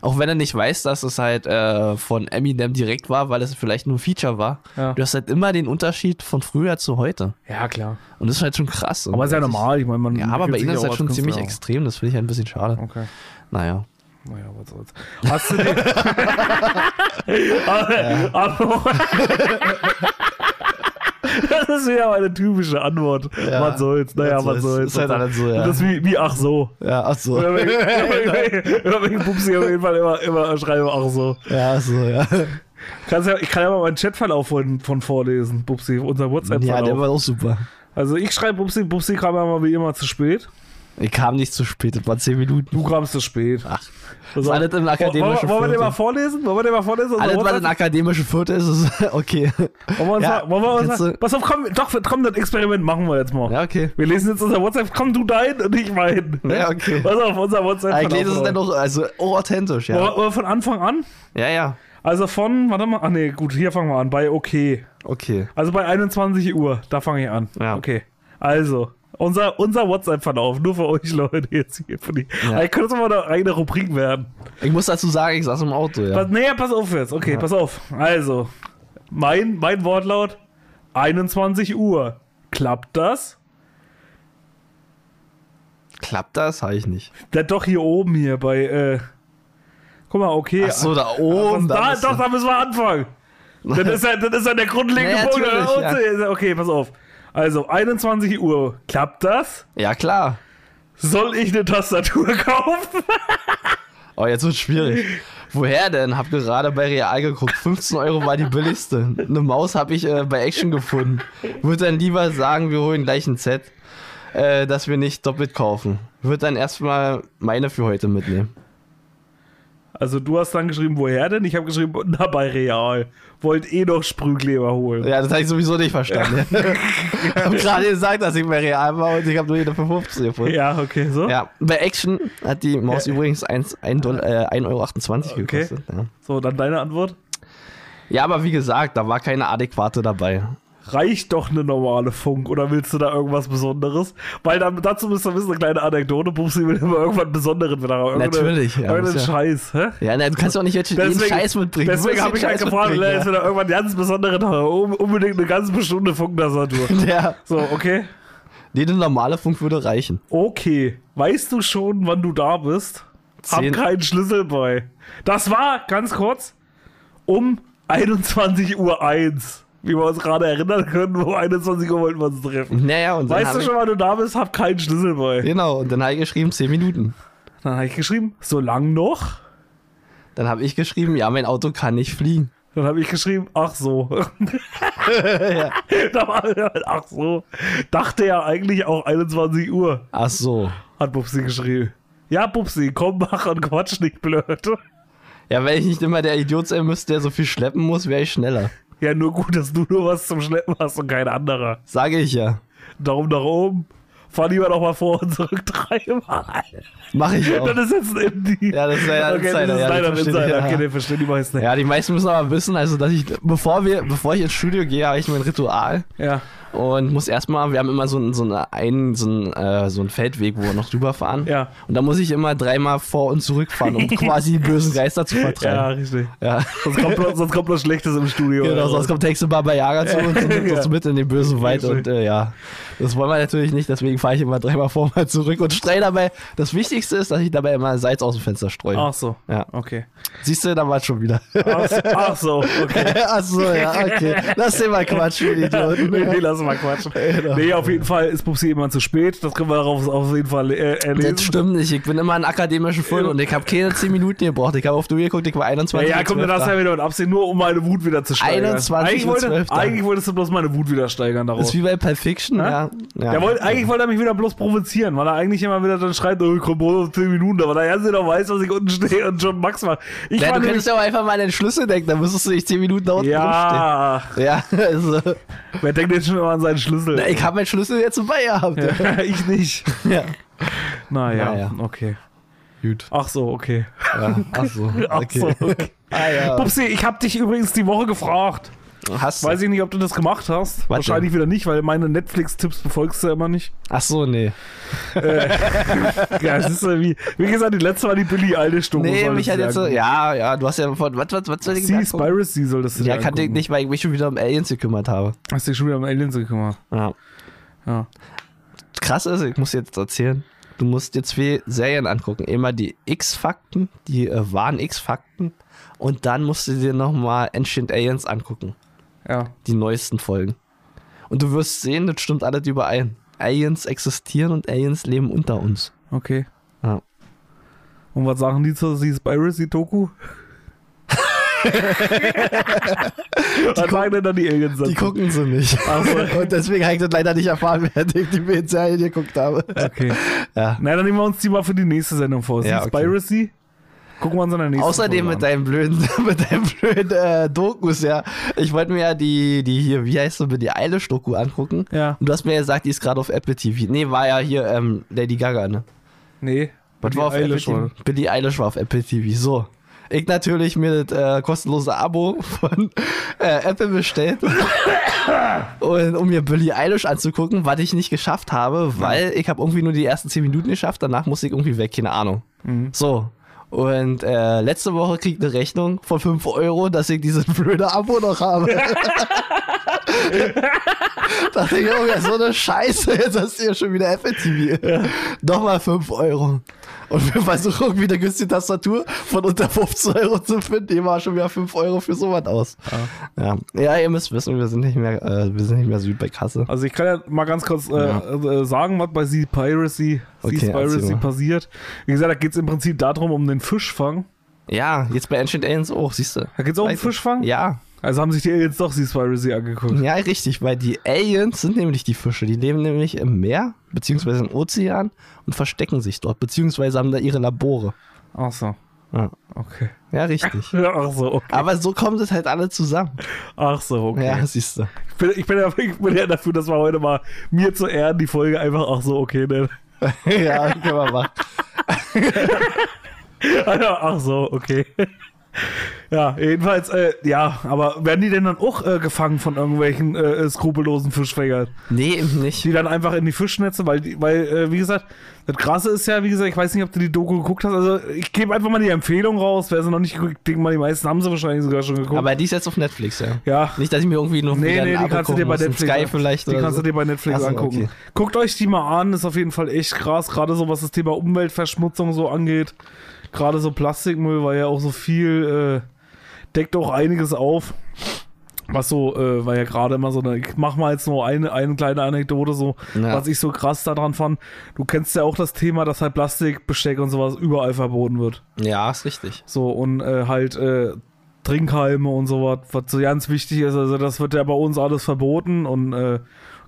auch wenn er nicht weiß, dass es halt äh, von Eminem direkt war, weil es vielleicht nur ein Feature war,
Ja.
du hast halt immer den Unterschied von früher zu heute.
ja, klar.
Und das ist halt schon krass. Und
Aber ist ja
das
normal. Ich meine, man.
Ja, aber bei
entwickelt
ihnen ist
sich ja
das halt
auch
schon
als
ziemlich
Künstler.
extrem, das finde ich halt ein bisschen schade.
Okay.
Naja.
Naja, was soll's. Hast du den. Aber- aber- Das ist wieder meine typische Antwort. Was soll's? Naja, was
Was
soll's?
soll's? Ist halt alles so, ja.
Das ist wie, wie ach so.
Ja, ach so.
Oder wenn ich- oder wenn ich Bubsi auf jeden Fall immer, immer schreibe, ach so.
Ja, ach so, ja.
Kannst ja, ich kann ja mal meinen Chatverlauf von, von vorlesen, Bubsi, unser
Ja, der
WhatsApp-Verlauf.
war auch super.
also ich schreibe Bubsi, Bubsi kam ja mal wie immer zu spät.
Ich kam nicht zu spät, das waren 10 Minuten.
Du kamst zu spät.
Ach,
Das
war das im
Wollen,
akademischen
wollen wir den mal
Viertel?
vorlesen? Wollen wir den mal vorlesen?
Alles,
Wollen wir
was in akademischen Viertel ist, ist <laughs> okay.
Wollen wir uns
Ja,
mal, wollen wir uns
kannst
mal,
du-
pass auf, komm, doch, komm, das Experiment machen wir jetzt mal.
Ja, okay.
Wir lesen jetzt unser WhatsApp, komm du dein und ich mein.
Ja, okay.
Pass auf, unser WhatsApp.
Eigentlich
von
ist es dann doch also, oh, authentisch, ja.
Wollen wir- wollen wir von Anfang an?
Ja, ja.
Also von, warte mal, ah nee, gut, hier fangen wir an, bei okay.
Okay.
Also bei 21 Uhr, da fange ich an.
Ja.
Okay. Also, unser, unser WhatsApp-Verlauf, nur für euch Leute jetzt hier. Für die.
Ja.
Ich könnte es mal eine eigene Rubrik werden.
Ich muss dazu sagen, ich saß im Auto, ja.
Pass, nee, pass auf jetzt. Okay, pass auf. Also, mein, mein Wortlaut: 21 Uhr. Klappt das?
Klappt das? Habe ich nicht.
Der doch hier oben hier bei. Äh, guck mal, okay.
Ach so, da
pass,
oben.
da,
bist
doch,
du.
da müssen wir anfangen. Das ist ja, das ist ja der grundlegende
<laughs> Naja,
Punkt.
natürlich,
oder? Okay, pass auf. Also, 21 Uhr. Klappt das?
Ja, klar.
Soll ich eine Tastatur <laughs> kaufen?
Oh, jetzt wird schwierig. Woher denn? Hab gerade bei Real geguckt. 15 Euro war die billigste. Eine Maus habe ich äh, bei Action gefunden. Würde dann lieber sagen, wir holen gleich ein Set, äh, dass wir nicht doppelt kaufen. Würde dann erstmal meine für heute mitnehmen.
Also, du hast dann geschrieben, woher denn? Ich habe geschrieben, na, bei Real. Wollt eh noch Sprühkleber holen.
Ja, das habe ich sowieso nicht verstanden. Ich habe gerade gesagt, dass ich bei Real war und ich habe nur jede für 15 gefunden. Ja.
Ja, okay, so.
bei Action hat die Maus übrigens 1, Dollar, äh, 1,28 Euro
Okay.
gekostet. Ja.
So, dann deine Antwort.
ja, aber wie gesagt, da war keine adäquate dabei.
Reicht doch eine normale Funk oder willst du da irgendwas Besonderes? Weil dann, dazu müsst ihr wissen, eine kleine Anekdote, Bubsi will immer irgendwann Besonderen wieder haben. Irgendeine-
Natürlich, ja,
Irgendeinen
muss ja.
Scheiß, hä?
Ja, na, du kannst doch nicht jetzt jeden Scheiß mitbringen. Du
Deswegen
musst
habe ich
jeden
halt
Scheiß
gefragt,
mitbringen,
ja. ist
<laughs>
wieder irgendwann ganz Besonderes, haben. Un- unbedingt eine ganz bestimmte Funktastatur.
Ja.
so, okay.
Nee, der normale Funk würde reichen.
Okay, weißt du schon, wann du da bist?
Zehn.
Hab keinen Schlüssel bei. Das war, ganz kurz, um 21.01 Uhr. Wie wir uns gerade erinnern können, um 21 Uhr wollten wir uns treffen.
Naja, und dann
Weißt
hab
du
ich,
schon, wann du da bist? Hab keinen Schlüssel bei.
Genau, und dann habe ich geschrieben 10 Minuten.
Dann habe ich geschrieben, so lang noch.
Dann habe ich geschrieben, ja, mein Auto kann nicht fliegen.
Dann habe ich geschrieben, ach
<laughs>
so. da war, halt, ach so. Dachte ja eigentlich auch 21 Uhr,
Ach so.
hat Bubsi geschrieben. Ja, Bubsi, komm, mach und quatsch nicht blöd.
Ja, wenn ich nicht immer der Idiot sein müsste, der so viel schleppen muss, wäre ich schneller.
Ja, nur gut, dass du nur was zum Schleppen hast und kein anderer.
Sage ich ja.
Daumen nach oben. Fahr lieber noch mal vor und zurück <laughs> dreimal. <laughs>
Mache ich auch.
Das ist jetzt ein Indie.
Oh. Ja, das ist leider ein
okay,
Insider,
Das ist
ja,
leider ein
das verstehe ich,
Insider.
ja.
Okay, den verstehen die meisten nicht.
Ja, die meisten müssen aber wissen, also dass ich, bevor wir, bevor ich ins Studio gehe, habe ich mein Ritual.
Ja.
Und muss erstmal, wir haben immer so einen so eine, einen- so einen, äh, so einen Feldweg, wo wir noch drüber fahren.
Ja.
Und da muss ich immer dreimal vor und zurückfahren, um quasi die bösen Geister zu
Ja,
vertreiben.
richtig.
Ja.
Sonst kommt, noch, sonst kommt noch Schlechtes im Studio.
Genau, sonst kommt Texte Baba Yaga zu uns und nimmt
Ja.
uns mit in den bösen Wald. Und äh, ja, das wollen wir natürlich nicht, deswegen fahre ich immer dreimal vor, mal zurück und streue dabei. Das Wichtigste ist, dass ich dabei immer Salz aus dem Fenster streue.
Ach so.
Ja.
Okay.
Siehst du, da war schon wieder.
Ach, so- ach so, okay.
Achso, ja, okay. Lass den mal quatschen, die
<laughs>
Idioten.
Nee, nee, lass mal quatschen.
Genau.
Nee, auf jeden Fall ist Pupsi immer zu spät. Das können wir darauf auf jeden Fall äh, erlesen.
Das stimmt nicht. Ich bin immer in akademischen Full und ich habe keine 10 Minuten gebraucht. Ich habe auf die Uhr geguckt, ich war
Ja,
21.
ja, komm, dann hast du ja wieder mit Absicht, nur um meine Wut wieder zu steigern.
21
eigentlich, wollte,
12.
eigentlich wolltest du bloß meine Wut wieder steigern darauf.
Ist wie bei Pulp Fiction,
Hä?
ja. ja.
Der wollte, eigentlich wollte er mich wieder bloß provozieren, weil er eigentlich immer wieder dann schreit, oh, komm, bloß 10 Minuten, aber da er doch weiß, dass ich unten stehe und schon Max macht. Ich
ja,
war
du
nämlich,
könntest ja auch einfach mal an den Schlüssel denken, dann müsstest du nicht 10 Minuten da unten
ja,
rumstehen. Ja, also,
wer denkt jetzt schon immer an seinen Schlüssel?
ich habe meinen Schlüssel jetzt dabei gehabt. Ja.
<laughs> ich nicht.
Ja.
Naja,
Naja.
okay.
Gut.
Ach so, okay.
Ja. Ach so,
<laughs> Ach
okay.
so,
<laughs>
okay.
Ah, ja.
Pupsi, ich habe dich übrigens die Woche gefragt.
Hast du?
Weiß ich nicht, ob du das gemacht hast.
Was
Wahrscheinlich wieder nicht, weil meine Netflix-Tipps befolgst du immer nicht.
Ach so, nee.
Ja, es ist äh, wie, wie gesagt, die letzte war die Billy alte Stunde.
Nee, mich hat jetzt so, ja, ja, du hast ja von, was, was, was soll ich
Sea
gesagt?
Spiracy solltest du
Ja,
dir
kannte ich
angucken.
nicht, weil ich mich schon wieder um Aliens gekümmert habe.
Hast dich schon wieder um Aliens gekümmert.
Ja.
Ja.
krass ist, ich muss jetzt erzählen, du musst dir zwei Serien angucken. Immer die X-Fakten, die äh, wahren X-Fakten. Und dann musst du dir nochmal Ancient Aliens angucken.
Ja.
Die neuesten Folgen. Und du wirst sehen, das stimmt alles überein. Aliens existieren und Aliens leben unter uns.
Okay.
Ja.
Und was sagen die zu die Spiracy Doku? <laughs>
Also,
was sagen denn dann die Aliens dazu?
gucken <laughs> sie nicht.
Ach so.
<laughs> Und deswegen habe ich das leider nicht erfahren, während ich die beiden Serien geguckt habe.
Okay.
Ja.
Na, dann nehmen wir uns die mal für die nächste Sendung vor.
Ja, okay.
Conspiracy? Gucken wir uns in der nächsten
Außerdem
Folge
mit deinem blöden, <laughs> mit deinem blöden äh, Dokus, ja. Ich wollte mir ja die, die hier, wie heißt du, die Eilish-Doku angucken.
Ja.
Und du hast mir ja gesagt, die ist gerade auf Apple TV. Nee, war ja hier ähm, Lady Gaga, ne?
an. Nee.
Was
Billie
war auf
Eilish
Apple
war
TV? Billie Eilish war auf Apple TV. So. Ich natürlich mir das äh, kostenlose Abo von äh, Apple bestellt, und, um mir Billie Eilish anzugucken, was ich nicht geschafft habe, weil ich habe irgendwie nur die ersten 10 Minuten geschafft, danach musste ich irgendwie weg, keine Ahnung. So. Und äh, letzte Woche kriegt eine Rechnung von 5 Euro, dass ich dieses <laughs> blöde Abo noch habe. dachte ich, Junge, so eine Scheiße, jetzt hast du ja schon wieder Apple TV. Nochmal 5 Euro. Und wir versuchen irgendwie eine günstige Tastatur von unter 15 Euro zu finden. Die war schon wieder 5 Euro für sowas aus. Ja. ja. ihr müsst wissen, wir sind nicht mehr, äh, wir sind nicht mehr süd bei Kasse.
Also ich kann ja mal ganz kurz äh,
Ja.
äh, sagen, was bei Sea Piracy,
Okay, also.
sea
erzähl
Piracy
mal.
passiert. Wie gesagt, da geht es im Prinzip darum, um den Fischfang.
Ja, jetzt bei Ancient Aliens auch, siehst du.
Da geht's auch um
Weißt du?
Fischfang?
Ja.
Also haben sich die jetzt doch Sea Piracy angeguckt.
Ja, richtig, weil die Aliens sind nämlich die Fische. Die leben nämlich im Meer, beziehungsweise im Ozean und verstecken sich dort, beziehungsweise haben da ihre Labore.
Ach so.
Ja,
Okay.
ja richtig.
Ach so, okay.
Aber so kommt es halt alle zusammen.
Ach so, okay.
Ja,
<laughs>
siehst du.
Ich, bin, ich, bin ja, ich bin ja dafür, dass wir heute mal mir zu Ehren die Folge einfach ach so, okay ne? <laughs> nennen.
<laughs> ja, können wir machen.
Ach so, okay. <laughs> Ja, jedenfalls, äh, ja, aber werden die denn dann auch äh, gefangen von irgendwelchen äh, skrupellosen Fischfängern?
Nee, eben nicht.
die dann einfach in die Fischnetze, weil, die- weil äh, wie gesagt, das Krasse ist ja, wie gesagt, ich weiß nicht, ob du die Doku geguckt hast, also ich gebe einfach mal die Empfehlung raus, wer sie noch nicht geguckt, ich denke mal, die meisten haben sie wahrscheinlich sogar schon geguckt.
Aber die ist jetzt auf Netflix, ja.
ja,
Nicht, dass ich mir irgendwie noch
nee,
wieder
nee, die
ein Abo
kannst du
kaufen
dir bei
muss, ein
Netflix,
Sky vielleicht
die
oder
kannst
so.
du dir bei Netflix
Ach so,
angucken.
okay.
Guckt euch die mal an, ist auf jeden Fall echt krass, gerade so was das Thema Umweltverschmutzung so angeht, gerade so Plastikmüll, weil ja auch so viel, äh, deckt auch einiges auf. Was so, äh, war ja gerade immer so eine, ich mach mal jetzt nur eine, eine kleine Anekdote, so,
Ja.
was ich so krass daran fand. Du kennst ja auch das Thema, dass halt Plastik, Besteck und sowas überall verboten wird.
Ja, ist richtig.
So, und äh, halt äh, Trinkhalme und sowas, was so ganz wichtig ist. Also, das wird ja bei uns alles verboten und äh,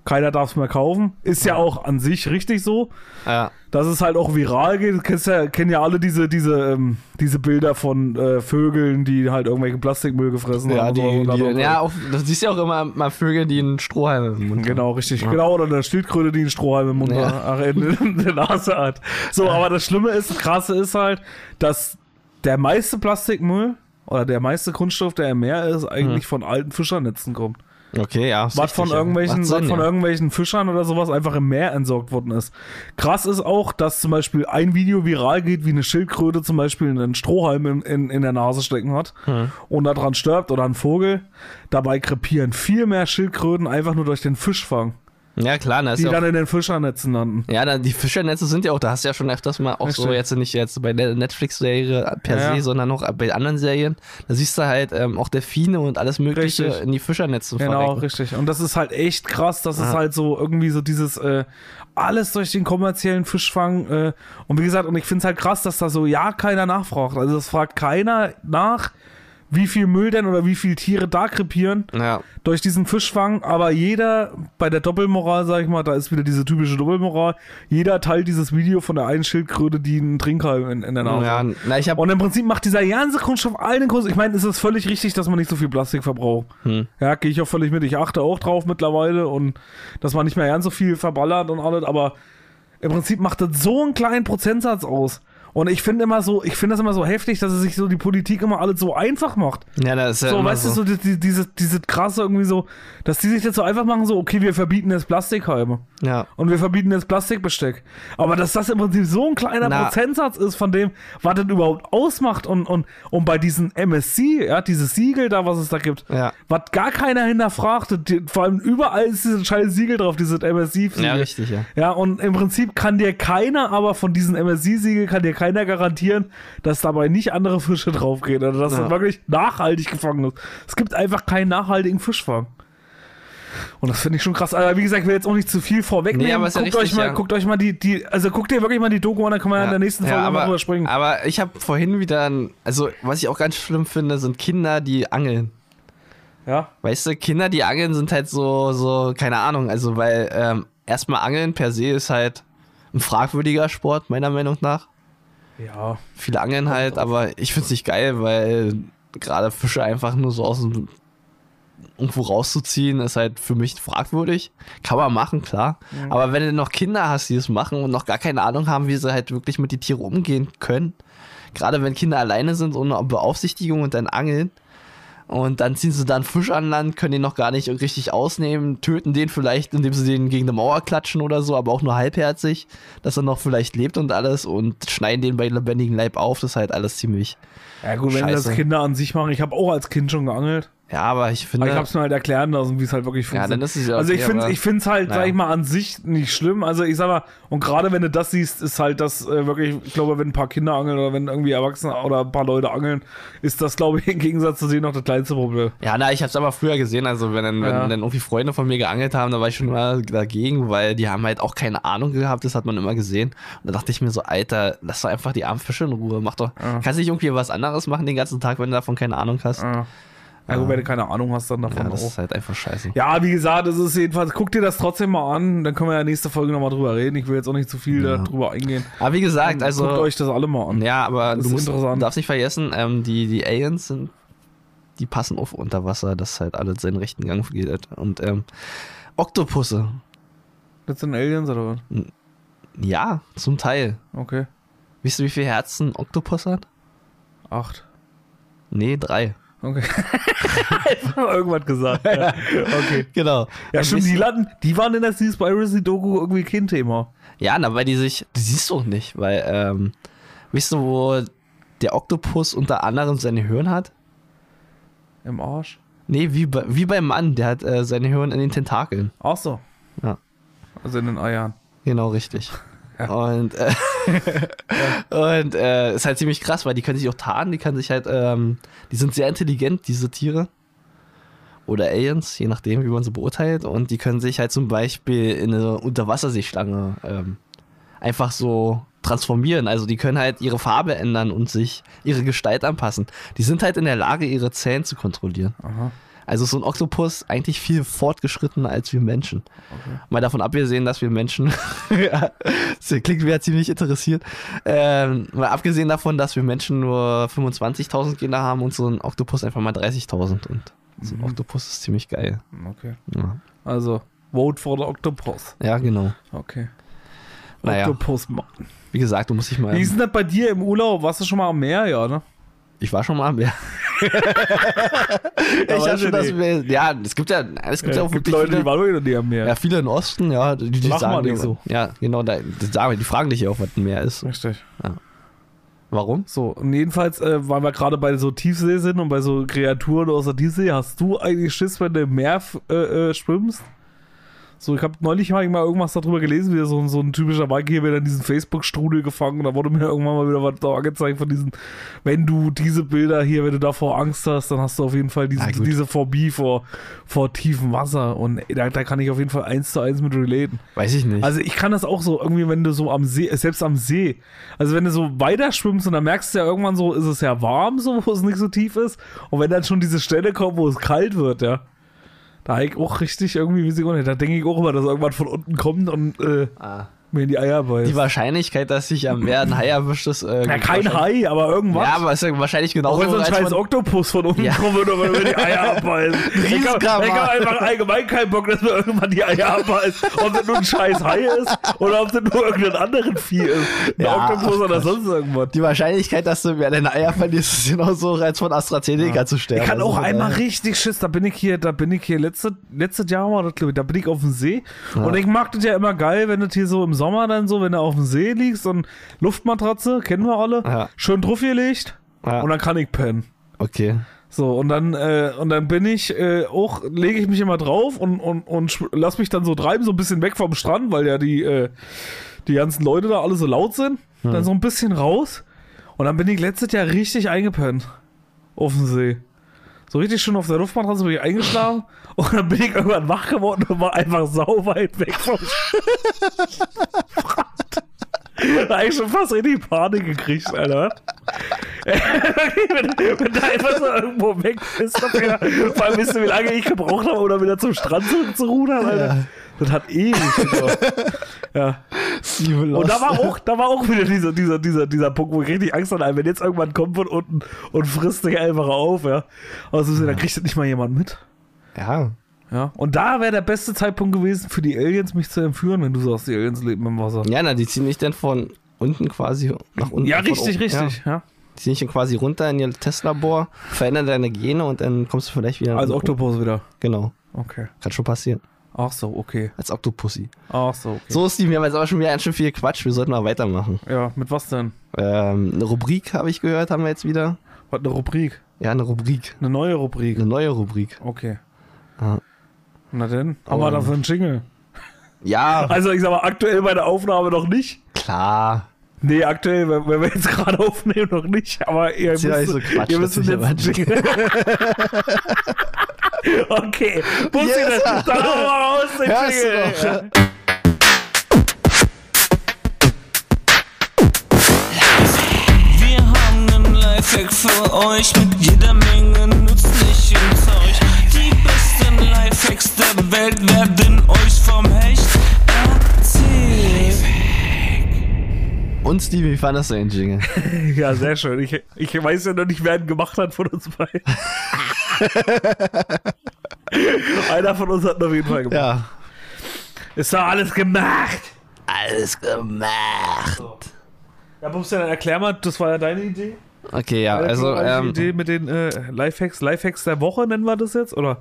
keiner darf es mehr kaufen. Ist ja auch an sich richtig so
Ja.
dass es halt auch viral geht. Du kennst ja, kennen ja alle diese, diese, ähm, diese Bilder von äh, Vögeln, die halt irgendwelchen Plastikmüll gefressen
Ja,
haben. und so
die,
und dann-
die, ja auf, du siehst ja auch immer mal Vögel, die einen Strohhalm im Mund haben.
Genau, richtig. Genau, oder eine Schildkröte, die einen Strohhalm im Mund <laughs>
Ja.
hat, ach, in, in der Nase hat. So, aber das Schlimme ist, das Krasse ist halt, dass der meiste Plastikmüll oder der meiste Kunststoff, der im Meer ist, eigentlich von alten Fischernetzen kommt.
Okay, ja. ist
was von
richtig, ja.
irgendwelchen,
Macht Sinn,
was von
ja.
irgendwelchen Fischern oder sowas einfach im Meer entsorgt worden ist. Krass ist auch, dass zum Beispiel ein Video viral geht, wie eine Schildkröte zum Beispiel einen Strohhalm in, in, in der Nase stecken hat und daran stirbt oder ein Vogel. Dabei krepieren viel mehr Schildkröten einfach nur durch den Fischfang,
Ja, klar, da ist
die
ja auch
dann in den Fischernetzen landen.
Ja, dann die Fischernetze sind ja auch, da hast du ja schon öfters mal auch so,
Richtig.
jetzt nicht jetzt bei der Netflix-Serie per
Ja.
se, sondern auch bei anderen Serien, da siehst du halt ähm, auch Delfine und alles Mögliche
Richtig.
in die Fischernetze
Genau,
verrecken.
richtig. Und das ist halt echt krass, dass es
Ja.
halt so irgendwie so dieses äh, alles durch den kommerziellen Fischfang äh, und wie gesagt, und ich finde es halt krass, dass da so ja keiner nachfragt. Also es fragt keiner nach, wie viel Müll denn oder wie viel Tiere da krepieren
Ja,
durch diesen Fischfang, aber jeder bei der Doppelmoral, sag ich mal, da ist wieder diese typische Doppelmoral, jeder teilt dieses Video von der einen Schildkröte, die einen Trinkhalm in, in der Nase
ja,
hat.
na, ich habe
Genau. Und im Prinzip macht dieser ganze Kunststoff allen Kunst. Ich meine, es ist völlig richtig, dass man nicht so viel Plastik verbraucht.
Hm.
Ja, gehe ich auch völlig mit. Ich achte auch drauf mittlerweile und dass man nicht mehr ganz so viel verballert und alles. Aber im Prinzip macht das so einen kleinen Prozentsatz aus. Und ich finde immer so, ich finde das immer so heftig, dass es sich so die Politik immer alles so einfach macht.
ja, das ist ja
So,
immer
weißt du, so die, die, diese, diese krasse irgendwie so, dass die sich jetzt so einfach machen, so, okay, wir verbieten jetzt Plastikhalme.
ja.
Und wir verbieten jetzt Plastikbesteck. Aber dass das im Prinzip so ein kleiner
Na.
Prozentsatz ist von dem, was das überhaupt ausmacht und, und, und bei diesen MSC, ja, dieses Siegel da, was es da gibt,
Ja.
was gar keiner hinterfragt, und die, vor allem überall ist dieses scheiß Siegel drauf, dieses MSC-Siegel.
Ja, richtig, ja.
Ja, und im Prinzip kann dir keiner aber von diesem MSC-Siegel, kann dir keiner garantieren, dass dabei nicht andere Fische draufgehen oder dass
Ja.
das wirklich nachhaltig gefangen ist. Es gibt einfach keinen nachhaltigen Fischfang. Und das finde ich schon krass. Aber wie gesagt, ich will jetzt auch nicht zu viel vorwegnehmen.
Nee, aber ist ja
guckt, euch
richtig,
mal,
ja.
guckt euch mal die, die, also guckt dir wirklich mal die Doku an, dann können wir ja. in der nächsten Folge mal drüber springen.
Aber Ah. ich habe vorhin wieder, ein, also was ich auch ganz schlimm finde, sind Kinder, die angeln.
Ja,
Weißt du, Kinder, die angeln, sind halt so, so, keine Ahnung, also weil ähm, erstmal angeln per se ist halt, ein fragwürdiger Sport, meiner Meinung nach.
Ja.
Viele angeln halt, aber ich find's nicht geil, weil gerade Fische einfach nur so aus dem irgendwo rauszuziehen, ist halt für mich fragwürdig. Kann man machen, klar. Aber wenn du noch Kinder hast, die das machen und noch gar keine Ahnung haben, wie sie halt wirklich mit den Tieren umgehen können, gerade wenn Kinder alleine sind ohne Beaufsichtigung und dann angeln, und dann ziehen sie da einen Fisch an Land, können den noch gar nicht richtig ausnehmen, töten den vielleicht, indem sie den gegen eine Mauer klatschen oder so, aber auch nur halbherzig, dass er noch vielleicht lebt und alles und schneiden den bei lebendigem Leib auf. Das ist halt alles ziemlich.
Ja, gut, wenn
Scheiße.
das Kinder an sich machen. Ich habe auch als Kind schon geangelt.
Ja, aber ich finde.
Aber ich habe es mir halt erklären lassen, wie es halt wirklich
Ja,
funktioniert.
dann ist es ja
also ich
okay,
finde
aber-
ich find's halt,
naja.
sag ich mal, an sich nicht schlimm. Also ich sag mal, und gerade wenn du das siehst, ist halt das äh, wirklich, ich glaube, wenn ein paar Kinder angeln oder wenn irgendwie Erwachsene oder ein paar Leute angeln, ist das, glaube ich, im Gegensatz zu denen noch das kleinste Problem.
Ja, na, ich hab's aber früher gesehen, also wenn, dann- wenn
Ja.
dann irgendwie Freunde von mir geangelt haben, da war ich schon immer dagegen, weil die haben halt auch keine Ahnung gehabt, das hat man immer gesehen. Und da dachte ich mir so, Alter, lass doch einfach die armen Fische in Ruhe, mach doch, kannst nicht irgendwie was anderes machen den ganzen Tag, wenn du davon keine Ahnung hast.
Ja. Ja, gut, wenn du keine Ahnung hast, dann davon
Ja, das
auch.
ist halt einfach scheiße.
Ja, wie gesagt, es ist jedenfalls, guck dir das trotzdem mal an, dann können wir ja nächste Folge nochmal drüber reden. Ich will jetzt auch nicht zu viel darüber eingehen.
Aber wie gesagt,
Ähm, Guckt
also,
euch das alle mal an.
ja, aber
Das
du
ist
musst,
interessant.
darfst nicht vergessen, ähm, die, die Aliens sind, die passen auf unter Wasser, dass halt alles seinen rechten Gang geht. Und ähm, Oktopusse,
Das sind Aliens oder was?
ja, zum Teil.
Okay.
Weißt du, wie viel Herzen ein Oktopus hat?
Acht.
Nee, drei.
Okay. <laughs> Einfach mal irgendwas gesagt. <laughs> Ja. Okay.
Genau.
Ja,
Und
stimmt,
weißt
die,
du-
landen, die waren in der Sea Spiracy Doku irgendwie kein Thema.
Ja, na, weil die sich. Die siehst du auch nicht, weil, ähm, weißt du, wo der Oktopus unter anderem seine Hirn hat?
Im Arsch.
Nee, wie, bei, wie beim Mann, der hat äh, seine Hirn in den Tentakeln.
Ach so.
Ja.
Also in den Eiern.
Genau, richtig. Und, äh, und äh, ist halt ziemlich krass, weil die können sich auch tarnen, die können sich halt, ähm, die sind sehr intelligent, diese Tiere. Oder Aliens, je nachdem, wie man sie beurteilt. Und die können sich halt zum Beispiel in eine Unterwasserseeschlange ähm, einfach so transformieren. Also die können halt ihre Farbe ändern und sich ihre Gestalt anpassen. Die sind halt in der Lage, ihre Zähne zu kontrollieren.
Aha.
Also ist so ein Oktopus eigentlich viel fortgeschrittener als wir Menschen. Mal davon abgesehen, dass wir Menschen, <laughs> ja, das klingt mir ja ziemlich interessiert, ähm, mal abgesehen davon, dass wir Menschen nur 25.000 Kinder haben und so ein Oktopus einfach mal 30.000 und so ein
Mhm.
Oktopus ist ziemlich geil.
Okay.
Ja,
Also, vote for the Octopus.
ja genau.
Okay.
Naja.
Octopus. Mountain.
Wie gesagt, du musst dich mal...
Wie ist denn das bei dir im Urlaub? Warst du schon mal am Meer, ja, ne?
Ich war schon mal am
<laughs>
Meer. ich
weiß
hab
ich
schon das
nicht.
Meer. Ja, es gibt ja, es gibt ja, auch
gibt
wirklich
Leute,
viele-
die waren wirklich noch nie am Meer.
Ja, viele im Osten, ja, die, die
Lach mal
sagen dir
lieber.
so. Ja, genau, da, die, sagen, die fragen dich ja auch, was ein Meer ist.
Richtig.
Warum?
So, und jedenfalls, äh, weil wir gerade bei so Tiefsee sind und bei so Kreaturen aus der Tiefsee, hast du eigentlich Schiss, wenn du im Meer f- äh, äh, schwimmst? So, ich habe neulich mal mal irgendwas darüber gelesen, wie so, so ein typischer Viking wird in diesen Facebook-Strudel gefangen und da wurde mir <laughs> irgendwann mal wieder was da angezeigt von diesen, wenn du diese Bilder hier, wenn du davor Angst hast, dann hast du auf jeden Fall diese,
Na gut.
diese Phobie vor, vor tiefem Wasser und ey, da, da kann ich auf jeden Fall eins zu eins mit relaten.
Weiß ich nicht.
Also ich kann das auch so irgendwie, wenn du so am See, selbst am See, also wenn du so weiter schwimmst und dann merkst du ja irgendwann so, ist es ja warm, so wo es nicht so tief ist. Und wenn dann schon diese Stelle kommt, wo es kalt wird, ja. Da hab ich auch richtig irgendwie, wie sie da denke ich auch immer, dass irgendwann von unten kommt und äh,
ah.
mir in die Eier beißt.
Die Wahrscheinlichkeit, dass sich am Meer ein Hai erwischt, ist. Äh,
ja, kein
wahrscheinlich-
Hai, aber irgendwas.
Ja, aber ist ja wahrscheinlich
auch
genauso
wenn so ein
als
scheiß
man-
Oktopus von unten
Ja.
kommt und mir
<laughs>
die Eier abbeißt. Ich hab- ich
Riesenkramer.
hab einfach allgemein keinen Bock, dass mir irgendwann die Eier abbeißt. Ob das nur ein scheiß Hai ist oder ob das nur irgendein anderen Vieh ist. Ein
Ja,
Oktopus
ach,
oder sonst irgendwas.
Die Wahrscheinlichkeit, dass du im Meer deine Eier verlierst, ist genauso, als von AstraZeneca zu sterben.
Ich kann auch
Also,
einmal
äh,
richtig Schiss, da bin ich hier, da bin ich hier letzte, letztes Jahr war das, glaub ich, da bin ich auf dem See und ich mag das ja immer geil, wenn das hier so im Sommer dann so, wenn du auf dem See liegst und Luftmatratze, kennen wir alle,
Ja.
schön draufgelegt
Ja.
und dann kann ich pennen.
Okay.
So, und dann, äh, und dann bin ich äh, auch, lege ich mich immer drauf und, und, und sch- lass mich dann so treiben, so ein bisschen weg vom Strand, weil ja die, äh, die ganzen Leute da alle so laut sind. Dann so ein bisschen raus. Und dann bin ich letztes Jahr richtig eingepennt. Auf dem See. So richtig schön auf der Luftmatratze bin ich eingeschlafen und dann bin ich irgendwann wach geworden und war einfach sau weit weg vom Strand. Da hab ich schon fast richtig Panik gekriegt, Alter. wenn, wenn du einfach so irgendwo weg bist, dann wieder, vor allem wisst ihr, wie lange ich gebraucht habe, um dann wieder zum Strand zurückzurudern, Alter. Das hat ewig gedauert. ja. Und da war auch, da war auch wieder dieser, dieser, dieser, dieser Punkt, wo ich richtig Angst hatte, wenn jetzt irgendwann kommt von unten und frisst dich einfach auf, ja. Also dann kriegt das nicht mal jemand mit.
Ja.
Ja. Und da wäre der beste Zeitpunkt gewesen, für die Aliens mich zu entführen, wenn du sagst, die Aliens leben im Wasser.
Ja, na, die ziehen dich dann von unten quasi nach unten.
Ja,
von
richtig,
oben. Ja.
richtig. Ja.
Die ziehen dich dann quasi runter in ihr Testlabor, verändern deine Gene und dann kommst du vielleicht wieder.
Als
nach oben.
Also Oktopus wieder.
Genau.
Okay.
Kann schon passieren.
Ach so, okay.
Als Octopussy.
Ach so, okay.
So, Steven, wir haben jetzt aber schon wieder ganz schön viel Quatsch. Wir sollten mal weitermachen.
Ja, mit was denn?
Ähm, eine Rubrik habe ich gehört, haben wir jetzt wieder.
Was eine Rubrik?
Ja, eine Rubrik.
Eine neue Rubrik.
Eine neue Rubrik.
Okay.
Ja.
Na denn, haben wir
Ähm.
dafür einen Jingle?
Ja,
Also ich sag mal, aktuell bei der Aufnahme noch nicht.
klar.
Nee, aktuell, wenn, wenn wir jetzt gerade <laughs> aufnehmen, noch nicht. Aber ihr
Ist ja
müsst,
nicht so Quatsch,
ihr müsst jetzt einen
natürlich,
Jingle. <laughs> okay, muss
Yes,
yes, das dann hau mal raus, den
Hörst du
Jingle.
doch.
Wir haben einen Lifehack für euch mit jeder Menge nützlichem Zeug. Die besten Lifehacks der Welt werden euch vom Hecht erzählt.
Und Steve, wie fandest du den Jingle?
Ja, sehr schön. Ich, ich weiß ja noch nicht, wer ihn gemacht hat von uns
<laughs>
beiden. Einer von uns hat ihn auf jeden Fall gemacht.
Ja.
Ist doch alles gemacht.
Alles gemacht.
Ja, Bubsi, dann erklär mal, das war ja deine Idee.
Okay, ja, also,
Deine
ähm,
Idee mit den äh, Lifehacks. Lifehacks der Woche nennen wir das jetzt? Oder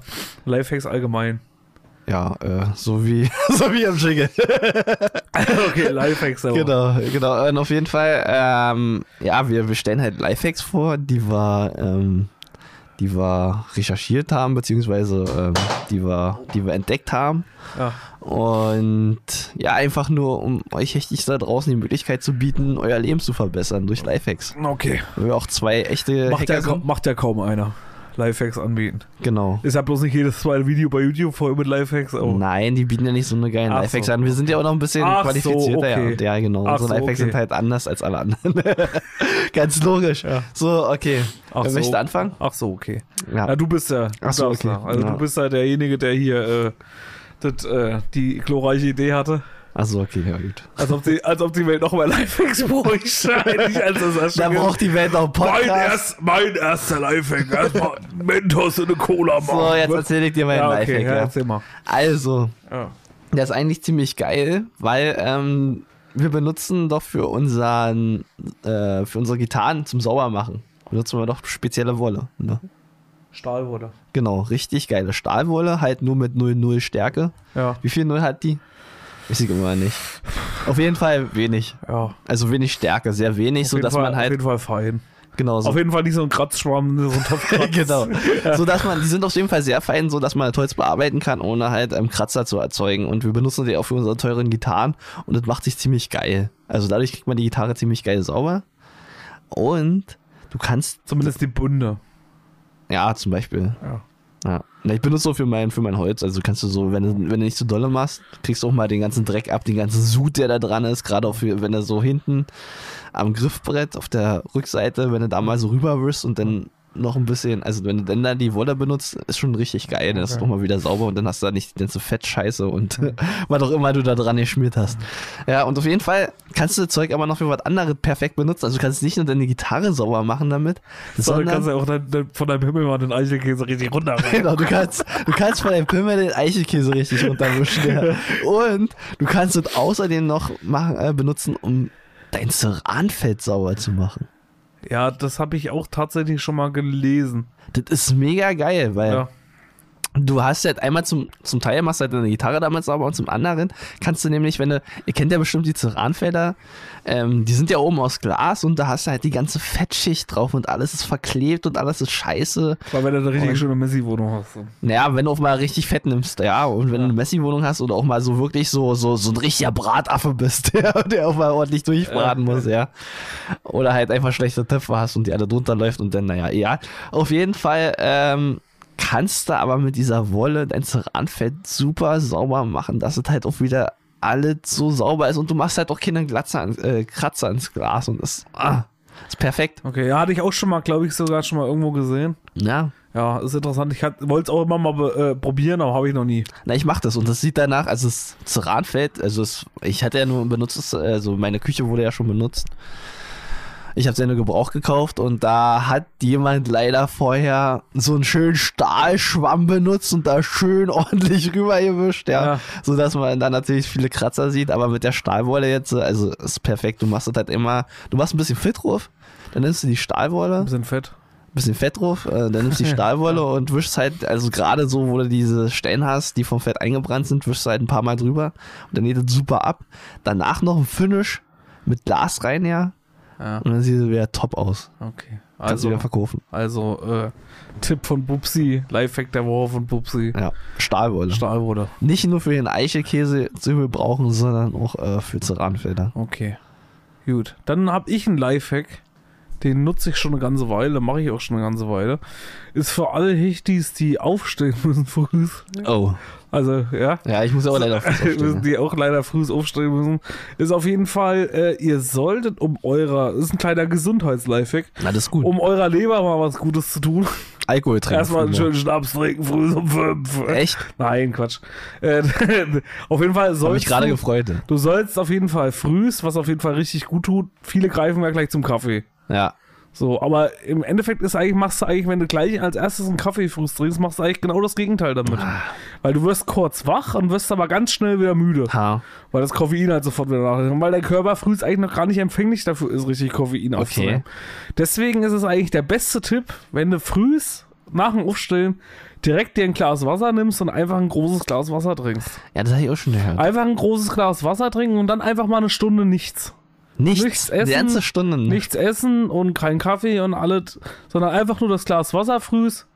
Lifehacks allgemein?
<laughs> ja, äh, so wie, <laughs> so wie im Jingle.
Okay, Lifehacks der Woche.
Genau, genau. Und auf jeden Fall, ähm, ja, wir, wir stellen halt Lifehacks vor, die wir, ähm, die wir recherchiert haben, beziehungsweise ähm, die, wir, die wir entdeckt haben.
Ja.
Und ja, einfach nur, um euch richtig da draußen die Möglichkeit zu bieten, euer Leben zu verbessern durch Lifehacks.
Okay.
Weil wir auch zwei echte
Macht ja,
Hacker
kaum,
sind.
macht ja kaum einer. Lifehacks anbieten.
Genau.
Ist ja bloß nicht jedes zweite Video bei YouTube voll mit Lifehacks. aber-
Nein, die bieten ja nicht so eine geilen
Ach
Lifehacks
so.
an. Wir sind ja auch noch ein bisschen
Ach so,
qualifizierter. ja.
okay.
Und ja, genau.
Ach
Unsere
so,
Lifehacks
okay.
sind halt anders als alle anderen. <laughs> Ganz logisch. So, okay.
Ach
Wer
so.
möchte anfangen?
Ach so, okay.
Ja.
Ja, du bist ja.
Ach so,
du darfst
okay.
ja. Also
Ja.
du bist ja derjenige, der hier äh, das, äh, die glorreiche Idee hatte.
Achso, okay, ja, gut.
Als ob die, als ob die Welt noch mal Lifehacks <laughs> bräuchte. eigentlich, als das erst
Da
schon
braucht die Welt noch einen
mein,
Podcast.
erst, mein erster Lifehack. Erstmal Mentos in eine Cola machen.
So, jetzt erzähle ich dir meinen
ja, okay,
Lifehack.
ja,
Ja.
erzähl mal.
Also,
Ja.
der ist eigentlich ziemlich geil, weil ähm, wir benutzen doch für unseren, äh, für unsere Gitarren zum Saubermachen, benutzen wir doch spezielle Wolle. Ne?
Stahl wurde.
Genau, richtig geile Stahlwolle, halt nur mit 0,0 Stärke.
Ja.
Wie viel 0 hat die? Weiß ich immer nicht. Auf jeden Fall wenig.
Ja.
Also wenig Stärke, sehr wenig, so
Auf jeden
dass
Fall,
man
auf
halt
jeden Fall fein.
genau so
Auf jeden Fall nicht so ein Kratzschwamm, so ein
<laughs>
Topfkratz.
genau. So dass man, die sind auf jeden Fall sehr fein, so dass man das Holz bearbeiten kann, ohne halt ähm, Kratzer zu erzeugen. Und wir benutzen die auch für unsere teuren Gitarren und das macht sich ziemlich geil. Also dadurch kriegt man die Gitarre ziemlich geil sauber. Und du kannst,
Zumindest die Bunde.
ja, zum Beispiel.
Ja.
Ja. Na, ich benutze so für mein, für mein Holz. Also kannst du so, wenn, du- wenn du nicht zu dolle machst, kriegst du auch mal den ganzen Dreck ab, den ganzen Sud, der da dran ist. Gerade auch für, wenn du so hinten am Griffbrett auf der Rückseite, wenn du da mal so rüber wirst und dann noch ein bisschen, also wenn du dann da die Wolle benutzt, ist schon richtig geil. Dann ist es nochmal wieder sauber und dann hast du da nicht die ganze Fettscheiße und <laughs> was auch immer du da dran geschmiert hast. Ja, und auf jeden Fall kannst du das Zeug aber noch für was anderes perfekt benutzen. Also du kannst nicht nur deine Gitarre sauber machen damit,
Sondern
sondern
kannst du auch dein, dein, von deinem Himmel mal den Eichelkäse richtig
<laughs>
runterreißen.
Genau, du kannst, du kannst von deinem Pimmel den Eichelkäse richtig runterwischen. Ja. Und du kannst es außerdem noch machen, äh, benutzen, um dein Ceranfeld sauber zu machen.
ja, das habe ich auch tatsächlich schon mal gelesen.
Das ist mega geil, weil
Ja.
du hast halt einmal zum, zum Teil machst du halt deine Gitarre damit sauber und zum anderen kannst du nämlich, wenn du, ihr kennt ja bestimmt die Ceranfelder, ähm, die sind ja oben aus Glas und da hast du halt die ganze Fettschicht drauf und alles ist verklebt und alles ist scheiße.
Weil wenn du eine richtig
Und-
schöne Messi-Wohnung hast. so.
Naja, wenn du auch mal richtig fett nimmst, ja, und wenn du eine Messi-Wohnung hast oder auch mal so wirklich so, so, so ein richtiger Brataffe bist, <laughs> der, der auch mal ordentlich durchbraten muss, ja. Oder halt einfach schlechte Töpfe hast und die alle drunter läuft und dann, naja, ja. Auf jeden Fall, ähm, kannst du aber mit dieser Wolle dein Ceranfeld super sauber machen, dass es halt auch wieder alles so sauber ist und du machst halt auch keine Glatze an, äh, Kratzer ins Glas und das ah, ist perfekt.
Okay, ja, hatte ich auch schon mal, glaube ich, sogar schon mal irgendwo gesehen.
Ja,
Ja, ist interessant. Ich wollte es auch immer mal be- äh, probieren, aber habe ich noch nie.
Na, ich mach das und das sieht danach, also das Ceranfeld, also es, ich hatte ja nur benutzt, also meine Küche wurde ja schon benutzt. Ich habe ja nur Gebrauch gekauft und da hat jemand leider vorher so einen schönen Stahlschwamm benutzt und da schön <laughs> ordentlich rübergewischt, ja,
Ja.
so dass man dann natürlich viele Kratzer sieht, aber mit der Stahlwolle jetzt, also ist perfekt. Du machst das halt immer, du machst ein bisschen fit drauf, dann nimmst du die Stahlwolle
Ein bisschen fett.
bisschen Fett drauf, äh, dann
<laughs>
nimmst du die Stahlwolle und wischst halt, also gerade so, wo du diese Stellen hast, die vom Fett eingebrannt sind, wischst du halt ein paar Mal drüber und dann geht das super ab. Danach noch ein Finish mit Glas rein, ja,
Ja,
und dann sieht es wieder top aus.
okay.
Kannst du
Also,
wieder verkaufen.
also äh, Tipp von Bubsi, Lifehack der Woche von Bubsi.
Ja, Stahlwolle.
Stahlwolle.
Nicht nur für den Eichelkäse zu gebrauchen, sondern auch äh, für Ceranfelder.
Okay. Gut. Dann habe ich einen Lifehack. Den nutze ich schon eine ganze Weile, mache ich auch schon eine ganze Weile. Ist für alle Hechtis, die aufstehen müssen <laughs> früh.
Oh.
Also, ja.
Ja, ich muss
<laughs>
auch leider auf das
müssen
aufstehen.
die auch leider früh aufstehen müssen. Ist auf jeden Fall, äh, ihr solltet um eurer, ist ein kleiner Gesundheitslifehack,
Na, das ist gut.
um eurer Leber mal was Gutes zu tun.
Alkohol trinken.
Erstmal einen
früher.
schönen Schnaps trinken, früh um fünf.
Echt?
Nein, Quatsch. Äh, <laughs> auf jeden Fall
Hab mich
sollst
gerade
du,
gefreut.
du sollst auf jeden Fall frühs, was auf jeden Fall richtig gut tut. Viele greifen ja gleich zum Kaffee.
Ja.
So, aber im Endeffekt ist eigentlich, machst du eigentlich, wenn du gleich als erstes einen Kaffee früh trinkst, machst du eigentlich genau das Gegenteil damit.
Ah.
Weil du wirst kurz wach und wirst aber ganz schnell wieder müde.
Ha.
Weil das Koffein halt sofort wieder nachlässt. Und weil der Körper früh eigentlich noch gar nicht empfänglich dafür ist, richtig Koffein aufzunehmen. Deswegen ist es eigentlich der beste Tipp, wenn du frühs nach dem Aufstehen direkt dir ein Glas Wasser nimmst und einfach ein großes Glas Wasser trinkst.
Ja, das habe ich auch schon gehört.
Einfach ein großes Glas Wasser trinken und dann einfach mal eine Stunde nichts.
Nichts.
nichts
Die
essen,
ganze Stunde.
Nichts essen und kein Kaffee und alles, sondern einfach nur das Glas Wasser frühs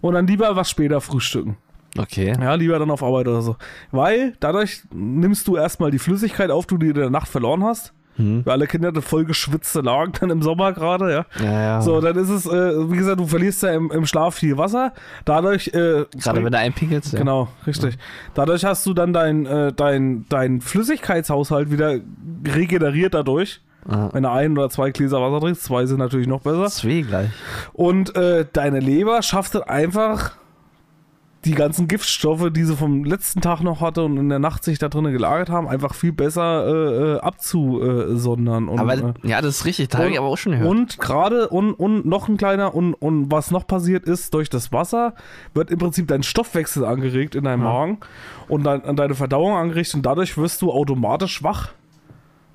und dann lieber was später frühstücken.
Okay.
Ja, lieber dann auf Arbeit oder so. Weil dadurch nimmst du erstmal die Flüssigkeit auf, die du in der Nacht verloren hast.
Mhm.
Wir alle Kinder hatten voll geschwitzte Lagen dann im Sommer gerade, ja.
Ja, ja.
So, dann ist es, äh, wie gesagt, du verlierst ja im, im Schlaf viel Wasser. Dadurch, äh,
Gerade wenn du einpinkelst. Ja.
Genau, richtig. Dadurch hast du dann dein, äh, dein, dein Flüssigkeitshaushalt wieder regeneriert dadurch.
Ah.
Wenn du ein oder zwei Gläser Wasser trinkst, zwei sind natürlich noch besser.
Zwei gleich.
Und äh, deine Leber schafft es einfach, die ganzen Giftstoffe, die sie vom letzten Tag noch hatte und in der Nacht sich da drinnen gelagert haben, einfach viel besser äh, äh, abzusondern. Und,
Aber
äh,
ja, das ist richtig. Da habe ich aber auch schon gehört.
und gerade und, und noch ein kleiner und, und was noch passiert ist, durch das Wasser wird im Prinzip dein Stoffwechsel angeregt in deinem Magen und dein, an deine Verdauung angeregt und dadurch wirst du automatisch wach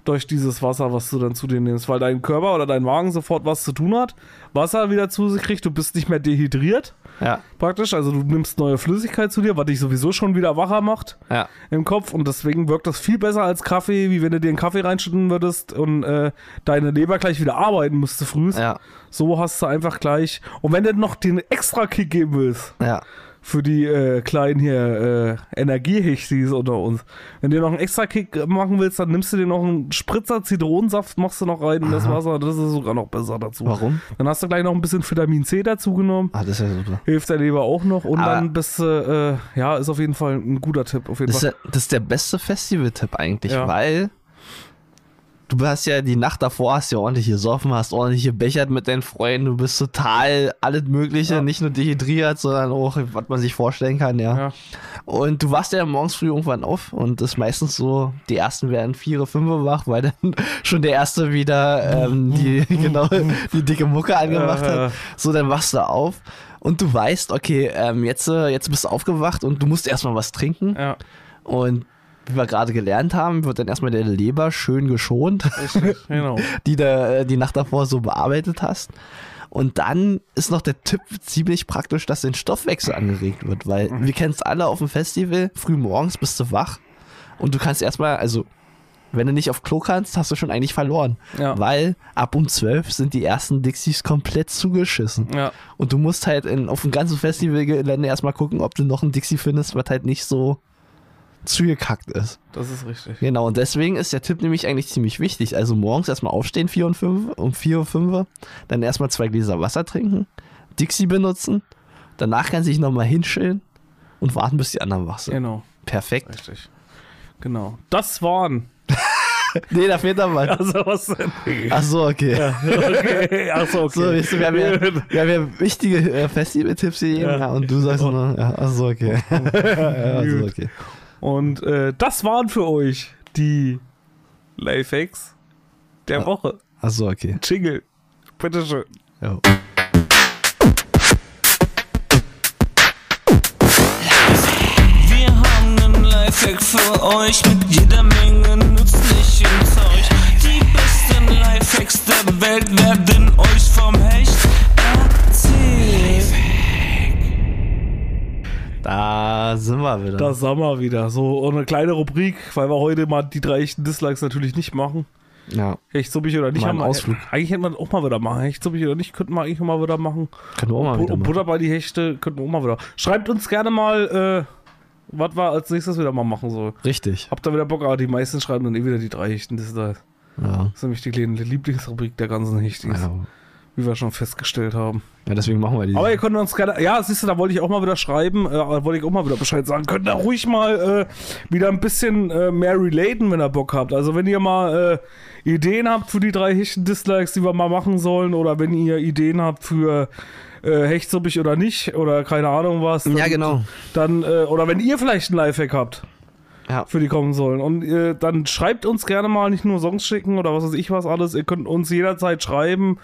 durch dieses Wasser, was du dann zu dir nimmst, weil dein Körper oder dein Magen sofort was zu tun hat, Wasser wieder zu sich kriegt, du bist nicht mehr dehydriert
Ja,
praktisch, also du nimmst neue Flüssigkeit zu dir, was dich sowieso schon wieder wacher macht
ja.
im Kopf und deswegen wirkt das viel besser als Kaffee, wie wenn du dir einen Kaffee reinschütten würdest und äh, deine Leber gleich wieder arbeiten müsste früh.
Ja,
So hast du einfach gleich. Und wenn du noch den extra Kick geben willst
ja.
für die äh, kleinen hier äh, Energiehichtis unter uns, wenn du dir noch einen extra Kick machen willst, dann nimmst du dir noch einen Spritzer Zitronensaft, machst du noch rein in das Wasser. Das ist sogar noch besser dazu.
Warum?
Dann hast du gleich noch ein bisschen Vitamin C dazu genommen.
Ah, das ist ja super.
Hilft der Leber auch noch und
Aber-
dann bist du, äh, ja, ist auf jeden Fall ein guter Tipp. Auf jeden
Das ist,
Fall.
ja, das ist der beste Festival-Tipp eigentlich,
Ja.
weil du hast ja die Nacht davor, hast ja ordentlich gesoffen, hast ordentlich gebechert mit deinen Freunden, du bist total alles Mögliche, nicht nur dehydriert, sondern auch, was man sich vorstellen kann, ja.
Ja.
Und du wachst ja morgens früh irgendwann auf und ist meistens so, die ersten werden vier, fünf wach, weil dann <laughs> schon der erste wieder
<laughs>
ähm, die, <laughs> genau, die dicke Mucke angemacht
Ja, ja.
hat. So, dann wachst du auf und du weißt, okay, ähm, jetzt, äh, jetzt bist du aufgewacht und du musst erstmal was trinken.
Ja.
Und wie wir gerade gelernt haben, wird dann erstmal der Leber schön geschont, <laughs>
<laughs> Genau.
die da äh, die Nacht davor so bearbeitet hast. Und dann ist noch der Tipp ziemlich praktisch, dass den Stoffwechsel angeregt wird, weil wir kennen es alle auf dem Festival, früh morgens bist du wach und du kannst erstmal, also wenn du nicht auf Klo kannst, hast du schon eigentlich verloren,
Ja.
weil ab um 12 sind die ersten Dixies komplett zugeschissen.
Ja.
Und du musst halt in, auf dem ganzen Festivalgelände erstmal gucken, ob du noch einen Dixie findest, was halt nicht so zugekackt ist.
Das ist richtig.
Genau, und deswegen ist der Tipp nämlich eigentlich ziemlich wichtig. Also morgens erstmal aufstehen, 4 und 5, um 4 und 5, dann erstmal zwei Gläser Wasser trinken, Dixie benutzen, danach kannst du dich nochmal hinschillen und warten, bis die anderen wach sind.
Genau,
Perfekt.
richtig. Genau. Das waren
Nee, da fehlt aber was.
<laughs> Also was <laughs> denn?
Ach so, okay.
Okay, achso, okay.
So, weißt du, wir haben
<laughs>
ja, wir haben ja wichtige äh, Festival-Tipps gegeben ja. und du
Oh.
sagst nur, ja, ach so, okay. ja, ach so, okay.
Und äh, das waren für euch die Lifehacks der
Ja.
Woche.
Ach so, okay.
Jingle. Bitteschön.
Jo.
Wir haben einen Lifehack für euch mit jeder Menge nützlichem Zeug. Die besten Lifehacks der Welt werden euch vom Hecht erzählt.
Da sind wir wieder.
Da sind wir wieder. So und eine kleine Rubrik, weil wir heute mal die drei echten Dislikes natürlich nicht machen.
ja,
Echt so bin ich oder nicht.
Mal
haben
einen
wir-
Ausflug.
Eigentlich hätten wir das auch mal wieder machen. Echt so bin ich oder nicht, könnten wir eigentlich mal wieder machen.
können wir auch mal
Bu-
wieder
Und
machen.
Butter bei die Hechte könnten wir auch mal wieder. Schreibt uns gerne mal, äh, was wir als nächstes wieder mal machen sollen.
Richtig.
Habt ihr wieder Bock? Aber die meisten schreiben dann eh wieder die drei Hechten. Das ist, da- das
Ja.
ist nämlich die kleine Lieblingsrubrik der ganzen Hechtis,
Ja.
wie wir schon festgestellt haben.
ja, deswegen machen wir die.
Aber ihr könnt uns gerne. Ja, siehst du, da wollte ich auch mal wieder schreiben, äh, da wollte ich auch mal wieder Bescheid sagen. Könnt ihr ruhig mal äh, wieder ein bisschen äh, mehr relaten, wenn ihr Bock habt. Also wenn ihr mal äh, Ideen habt für die drei Hechten-Dislikes, die wir mal machen sollen, oder wenn ihr Ideen habt für äh, Hechtsuppig oder nicht, oder keine Ahnung was, dann,
ja, genau.
dann äh, oder wenn ihr vielleicht einen Lifehack habt
Ja.
für die kommen sollen. Und äh, dann schreibt uns gerne mal, nicht nur Songs schicken oder was weiß ich was alles. Ihr könnt uns jederzeit schreiben.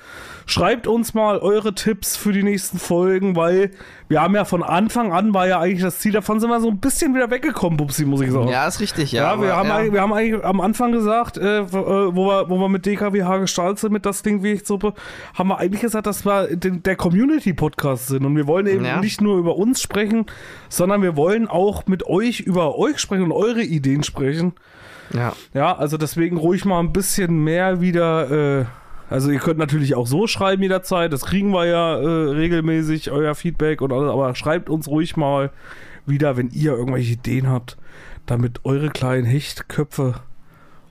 Schreibt uns mal eure Tipps für die nächsten Folgen, weil wir haben ja von Anfang an war ja eigentlich das Ziel, davon sind wir so ein bisschen wieder weggekommen, Bubsi, muss ich sagen.
ja, ist richtig. Ja,
Ja, wir,
aber-
haben
ja.
eigentlich- wir haben eigentlich am Anfang gesagt, äh, wo, äh, wo, wir, wo wir mit DKWH gestartet sind, mit das Ding wie ich Suppe, haben wir eigentlich gesagt, dass wir den, der Community-Podcast sind. Und wir wollen eben
Ja.
nicht nur über uns sprechen, sondern wir wollen auch mit euch über euch sprechen und eure Ideen sprechen.
ja.
Ja, also deswegen ruhig mal ein bisschen mehr wieder. Äh, also ihr könnt natürlich auch so schreiben jederzeit, das kriegen wir ja äh, regelmäßig, euer Feedback und alles, aber schreibt uns ruhig mal wieder, wenn ihr irgendwelche Ideen habt, damit eure kleinen Hechtköpfe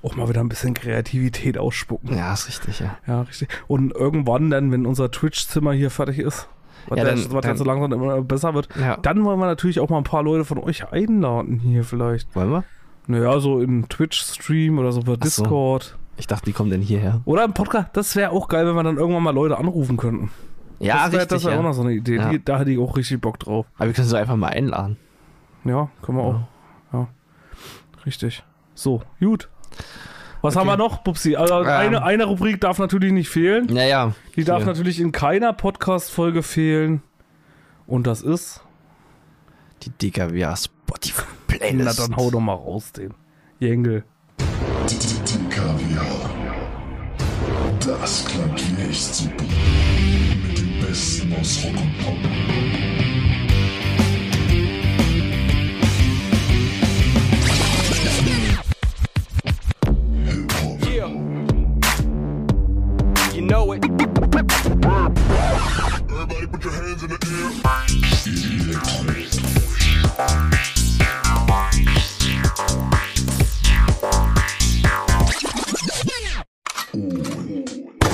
auch mal wieder ein bisschen Kreativität ausspucken.
ja, ist richtig, ja.
Ja, richtig. Und irgendwann dann, wenn unser Twitch-Zimmer hier fertig ist, was
Ja,
ja,
dann-
was
dann-
dann so langsam immer besser wird,
Ja.
dann wollen wir natürlich auch mal ein paar Leute von euch einladen hier vielleicht.
Wollen wir?
Naja, so in Twitch-Stream oder so bei
Ach so.
Discord.
Ich dachte, die kommen denn hierher.
Oder im Podcast, das wäre auch geil, wenn wir dann irgendwann mal Leute anrufen könnten.
Ja,
das wäre
richtig.
wär
ja.
auch noch so eine Idee.
Ja.
Die, da hätte ich auch richtig Bock drauf.
Aber wir können sie einfach mal einladen.
Ja, können wir auch. Ja. Richtig. So, gut. Was haben wir noch, Bubsi? Also
Ähm.
eine, eine Rubrik darf natürlich nicht fehlen.
Ja, ja.
Die darf
Hier.
natürlich in keiner Podcast-Folge fehlen. Und das ist.
Die DKWA Spotify Playlist.
Na, dann hau doch mal raus, den.
<laughs>
Jengel.
DKWH. Das klang wie echt super. Mit dem Besten aus Rock und Pop. Hip-Hop.
You know it.
Everybody put your hands in the air. Electronic.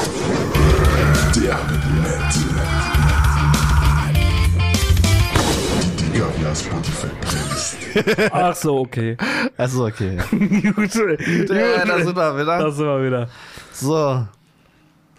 Und der Metal. Die Digga, wie das Spotify Playlist.
Ach so, okay.
Achso,
<laughs>
Also, okay. Ja,
gut.
ja
gut.
da sind wir wieder.
Da sind wir wieder.
So.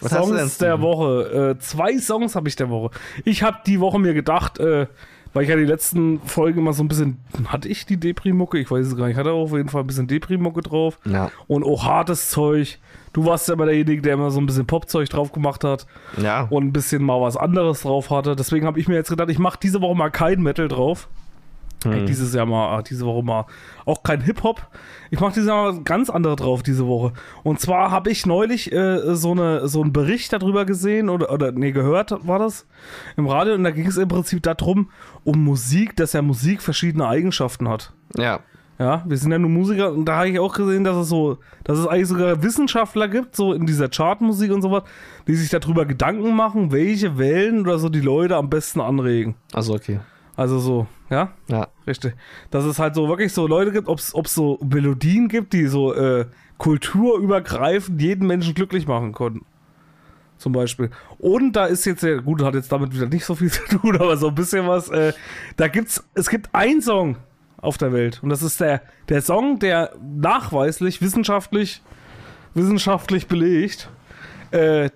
Was hast du denn,
Songs der
Steven?
Woche. Äh, zwei Songs habe ich der Woche. Ich habe die Woche mir gedacht, äh, weil ich ja die letzten Folgen immer so ein bisschen. Hatte ich die Depri-Mucke? Ich weiß es gar nicht. Ich hatte auf jeden Fall ein bisschen Depri-Mucke drauf.
Ja.
Und auch hartes Zeug. Du warst ja immer derjenige, der immer so ein bisschen Popzeug drauf gemacht hat
Ja.
und ein bisschen mal was anderes drauf hatte. Deswegen habe ich mir jetzt gedacht, ich mache diese Woche mal kein Metal drauf. Äh, Dieses Jahr mal, äh, diese Woche mal auch kein Hip-Hop. Ich mache dieses Jahr mal was ganz anderes drauf diese Woche. Und zwar habe ich neulich äh, so, eine, so einen Bericht darüber gesehen oder, oder nee, gehört war das im Radio und da ging es im Prinzip darum, um Musik, dass ja Musik verschiedene Eigenschaften hat.
ja.
Ja, wir sind ja nur Musiker und da habe ich auch gesehen, dass es so, dass es eigentlich sogar Wissenschaftler gibt, so in dieser Chartmusik und sowas, die sich darüber Gedanken machen, welche Wellen oder so die Leute am besten anregen.
Also okay.
Also so, ja,
Ja.
richtig. Dass es halt so wirklich so Leute gibt, ob es so Melodien gibt, die so äh, kulturübergreifend jeden Menschen glücklich machen konnten. Zum Beispiel. Und da ist jetzt, der- gut, hat jetzt damit wieder nicht so viel <laughs> zu tun, aber so ein bisschen was. Äh, da gibt's, es gibt einen Song auf der Welt. Und das ist der, der Song, der nachweislich, wissenschaftlich wissenschaftlich belegt, äh,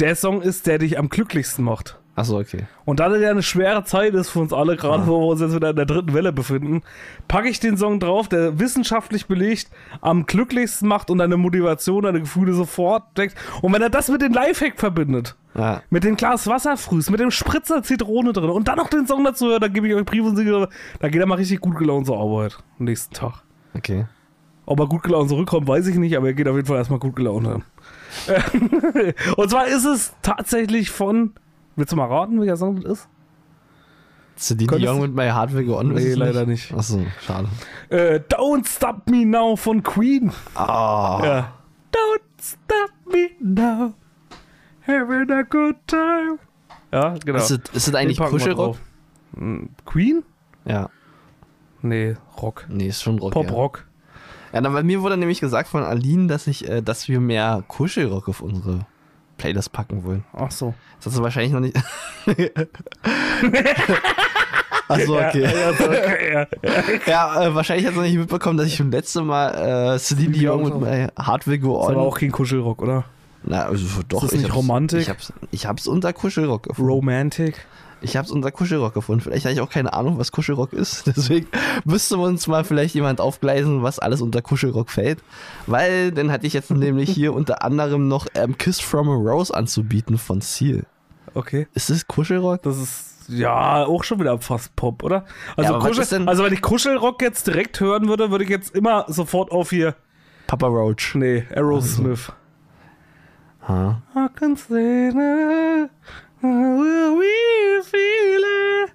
der Song ist, der dich am glücklichsten macht.
Achso, Also, okay.
Und da das ja eine schwere Zeit ist für uns alle, gerade wo wir uns jetzt wieder in der dritten Welle befinden, packe ich den Song drauf, der wissenschaftlich belegt am glücklichsten macht und deine Motivation, deine Gefühle sofort deckt. Und wenn er das mit dem Lifehack verbindet,
Ja.
mit dem Glas Wasser frühst, mit dem Spritzer Zitrone drin und dann noch den Song dazu hört, dann gebe ich euch Brief und Siegel, da geht er mal richtig gut gelaunt zur Arbeit am nächsten Tag.
Okay.
Ob er gut gelaunt zurückkommt, weiß ich nicht, aber er geht auf jeden Fall erstmal gut gelaunt hin. <laughs> und zwar ist es tatsächlich von. Willst du mal raten, welcher Song das ist?
Celine
Könntest-
Dion mit My Heart Will Go On?
Nee,
ist es
leider nicht.
Achso, schade.
Äh, Don't Stop Me Now von Queen.
Ah,
Ja. Don't Stop Me Now. Having a good time. Ja, genau.
Ist, es, ist es
Den
eigentlich
packen wir
Kuschelrock?
drauf. Hm, Queen?
Ja.
Nee, Rock.
Nee, ist schon Rock. ja.
Pop-Rock.
Ja, na, bei mir wurde nämlich gesagt von Aline, dass ich, äh, dass wir mehr Kuschelrock auf unsere Playlist packen wollen.
Ach
<laughs>
so.
Das hast du
<laughs>
wahrscheinlich noch nicht. Achso, okay.
Ja, so, ja.
Ja, äh, wahrscheinlich hast du noch nicht mitbekommen, dass ich schon letzte Mal äh, Celine Dion mit My Heart Will Go
Ist aber
On.
auch kein Kuschelrock, oder?
Na, also, doch,
das
ich
nicht
hab's-
Romantik?
Ich hab's, ich hab's unter Kuschelrock gefunden.
Romantic.
Ich hab's unter Kuschelrock gefunden. Vielleicht habe ich auch keine Ahnung, was Kuschelrock ist. <laughs> Deswegen müsste uns mal vielleicht jemand aufgleisen, was alles unter Kuschelrock fällt. Weil dann hatte ich jetzt nämlich hier unter anderem noch ähm, Kiss from a Rose anzubieten von Seal.
Okay.
Ist das Kuschelrock?
Das ist ja auch schon wieder fast Pop, oder? Also,
Ja, aber was ist
Kuschel,
denn-
also wenn ich Kuschelrock jetzt direkt hören würde, würde ich jetzt immer sofort auf hier
Papa Roach.
Nee, Aerosmith.
Ha.
I can say now, how we feel it.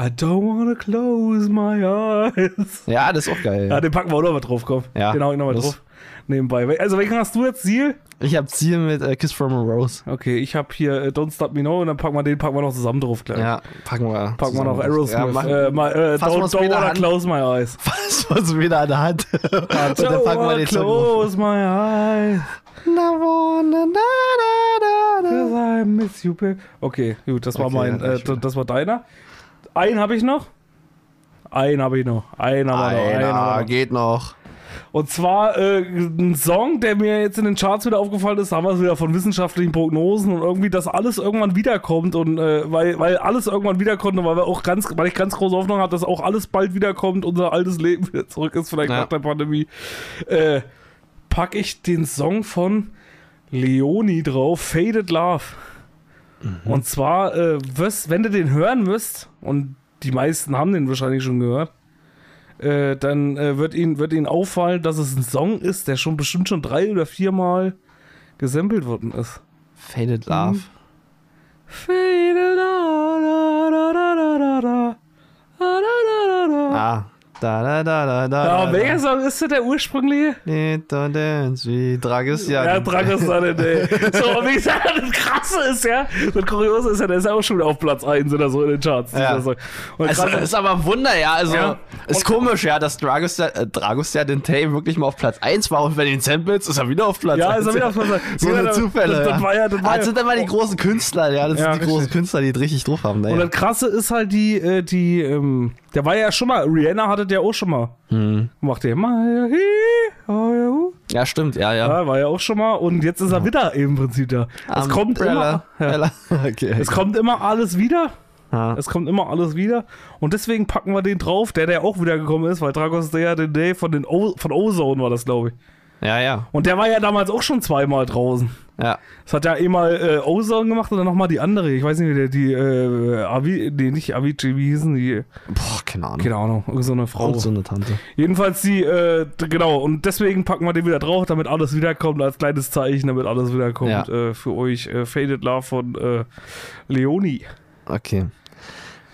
I don't wanna close my eyes.
Ja, das ist auch geil.
Ja, den packen wir auch nochmal drauf, komm.
Ja,
Den hau ich nochmal
los.
drauf. Nebenbei. Also, welchen hast du jetzt, Ziel?
Ich hab Seal mit äh, Kiss from a Rose.
Okay, ich habe hier äh, Don't Stop Me Now und dann packen wir den packen wir noch zusammen drauf gleich.
Ja, packen wir.
Packen wir noch
zusammen.
Aerosmith.
Ja, mach,
äh,
<laughs>
mal, äh,
fassen wir
don't
uns
don't
wieder
wanna
an.
close my eyes.
fass uns wieder an der Hand. <laughs> Und dann
Don't
packen wir
wanna
den Song drauf.
close my eyes.
Na, wo, na, na, na, na, na.
Cause I miss you, babe. Okay, gut, das war
Okay,
mein,
ja, gleich
äh,
wieder.
das war deiner. Einen habe ich noch. Einen habe ich noch. Einen haben wir noch. Einen
Einer
haben wir noch.
geht noch.
Und zwar äh, ein Song, der mir jetzt in den Charts wieder aufgefallen ist. Da haben wir es wieder von wissenschaftlichen Prognosen und irgendwie, dass alles irgendwann wiederkommt und äh, weil, weil alles irgendwann wiederkommt und weil, wir auch ganz, weil ich ganz große Hoffnung habe, dass auch alles bald wiederkommt, unser altes Leben wieder zurück ist, vielleicht
Ja.
nach der Pandemie. Äh, pack ich den Song von Leoni drauf, Faded Love. Und zwar, äh, wirst, wenn du den hören wirst, und die meisten haben den wahrscheinlich schon gehört, äh, dann äh, wird, ihnen, wird ihnen auffallen, dass es ein Song ist, der schon bestimmt schon drei oder viermal gesampelt worden ist.
Faded Love.
Mhm.
Ah. Da, da, da, da, da.
Ja,
da,
Ah, welcher
da.
Song ist denn der ursprüngliche?
Need to dance wie Dragisjan.
Ja, Dragostanet, ey.
<laughs>
So, und wie gesagt, das Krasse ist ja, das Kuriose ist ja, der ist ja auch schon wieder auf Platz 1 oder so in den Charts.
Ja.
dieser Song. Und
Also,
gerade-
ist aber ein Wunder, ja. Also,
Ja.
ist komisch, ja, dass Dragostar, äh, Dragostar den Tay wirklich mal auf Platz 1 war und bei den Samples ist er wieder auf Platz
Ja,
1.
ist er wieder auf Platz 1.
<laughs> So
Ja,
eine
das-
Zufälle.
das-
Ah, Also
das war ja- das war ja-
sind immer die großen Künstler, ja.
Ja,
Das sind die
richtig.
großen Künstler, die richtig drauf haben. ne,
Und
Naja.
das Krasse ist halt die, äh, die, ähm, der war ja schon mal, Rihanna hatte der auch schon mal. Macht der immer.
Ja, stimmt, ja, ja.
Ja, war ja auch schon mal. Und jetzt ist er wieder im Prinzip da. Es kommt immer.
Umbrella,
Ja.
Umbrella. <laughs> Okay.
Es kommt immer alles wieder.
Ja.
Es kommt immer alles wieder. Und deswegen packen wir den drauf, der, der auch wiedergekommen ist, weil Dragos Day the Day von, den o von Ozone war das, glaube ich.
ja, ja,
Und der war ja damals auch schon zweimal draußen.
ja.
Das hat ja eh mal äh, Ozone gemacht und dann nochmal die andere. Ich weiß nicht, wie der, die, äh, Avi, nee, nicht Avicii, wie hießen die?
Boah, keine Ahnung.
Keine Ahnung, irgend so eine Frau.
Und so eine Tante.
Jedenfalls die, äh, d- genau, und deswegen packen wir den wieder drauf, damit alles wiederkommt, als kleines Zeichen, damit alles wiederkommt
Ja.
äh, für euch. Äh, Faded Love von äh, Leonie.
Okay.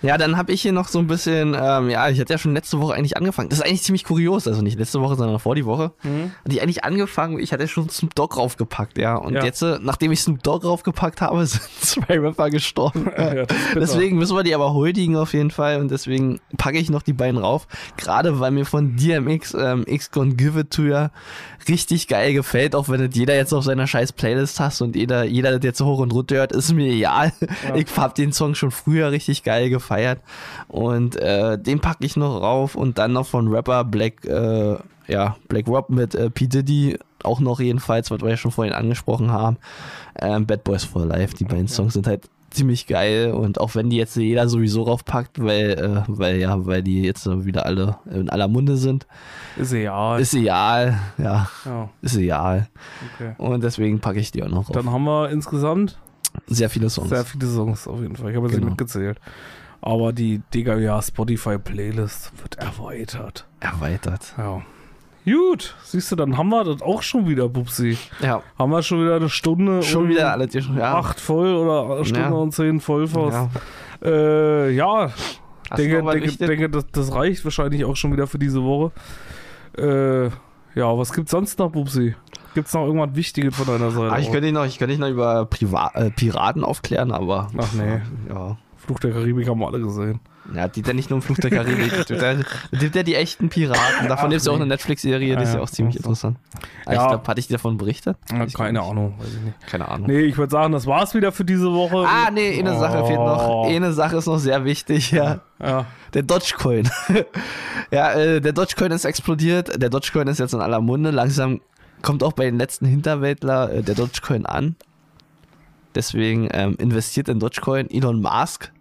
Ja, dann habe ich hier noch so ein bisschen, ähm, ja, ich hatte ja schon letzte Woche eigentlich angefangen. Das ist eigentlich ziemlich kurios, also nicht letzte Woche, sondern vor die Woche. Hatte ich eigentlich angefangen, ich hatte schon Snoop Dogg raufgepackt, ja. Und
Ja.
jetzt, äh, nachdem ich Snoop Dogg raufgepackt habe, <laughs> sind zwei Rapper gestorben.
<laughs> Ja, das ist bitter.
deswegen müssen wir die aber huldigen auf jeden Fall und deswegen packe ich noch die beiden rauf. Gerade weil mir von DMX, ähm, X Gone Give It To Ya richtig geil gefällt, auch wenn das jeder jetzt auf seiner scheiß Playlist hast und jeder, jeder das jetzt hoch und runter hört, ist mir egal. Ich hab den Song schon früher richtig geil gefeiert und äh, den packe ich noch rauf und dann noch von Rapper Black, äh, ja, Black Rob mit äh, P. Diddy auch noch jedenfalls, was wir ja schon vorhin angesprochen haben. Ähm, Bad Boys for Life, die beiden Songs sind halt ziemlich geil und auch wenn die jetzt jeder sowieso raufpackt, weil, äh, weil ja, weil die jetzt wieder alle in aller Munde sind,
Ist ja.
ist egal, ja,
ja,
ist egal.
okay.
Und deswegen packe ich die auch noch rauf.
Dann haben wir insgesamt
Sehr viele Songs.
sehr viele Songs auf jeden Fall. Ich habe sie
Genau.
mitgezählt. Aber die Digga, ja, Spotify-Playlist wird erweitert.
Erweitert.
Ja. Gut, siehst du, dann haben wir das auch schon wieder, Bubsi.
Ja,
Haben wir schon wieder eine Stunde.
schon
und
wieder alle, die schon, ja.
Acht voll oder eine Stunde
Ja.
und zehn voll fast.
ja.
Äh, ja,
Hast du
denke,
noch was
denke,
wichtig-
denke das, das reicht wahrscheinlich auch schon wieder für diese Woche. Äh, ja, was gibt's sonst noch, Bubsi? Gibt's noch irgendwas Wichtiges von deiner Seite? Oh,
Ah, ich
aus?
könnte dich noch, ich könnte dich noch über Priva äh, Piraten aufklären, aber.
Ach, nee.
Ja.
Fluch der Karibik haben wir alle gesehen.
Ja, die denn nicht nur im Fluch der Karibik.
<laughs>
Es gibt ja- es gibt ja die echten Piraten. Davon gibt es ja auch eine Netflix-Serie,
Ah,
die ist
ja.
ja auch ziemlich
Ach so.
interessant. Ah, Ich
Ja.
glaube, hatte ich dir davon berichtet?
Ja,
Ich
keine
glaub
Ahnung, weiß ich nicht.
nicht. Keine Ahnung.
Nee, ich würde sagen, das war's wieder für diese Woche.
Ah, nee, eine Sache fehlt noch.
Oh.
Eine Sache ist noch sehr wichtig, ja.
Ja,
Der Dogecoin. <laughs> ja, äh, der Dogecoin ist explodiert. Der Dogecoin ist jetzt in aller Munde. Langsam kommt auch bei den letzten Hinterwäldler äh, der Dogecoin an. Deswegen ähm, investiert in Dogecoin Elon Musk.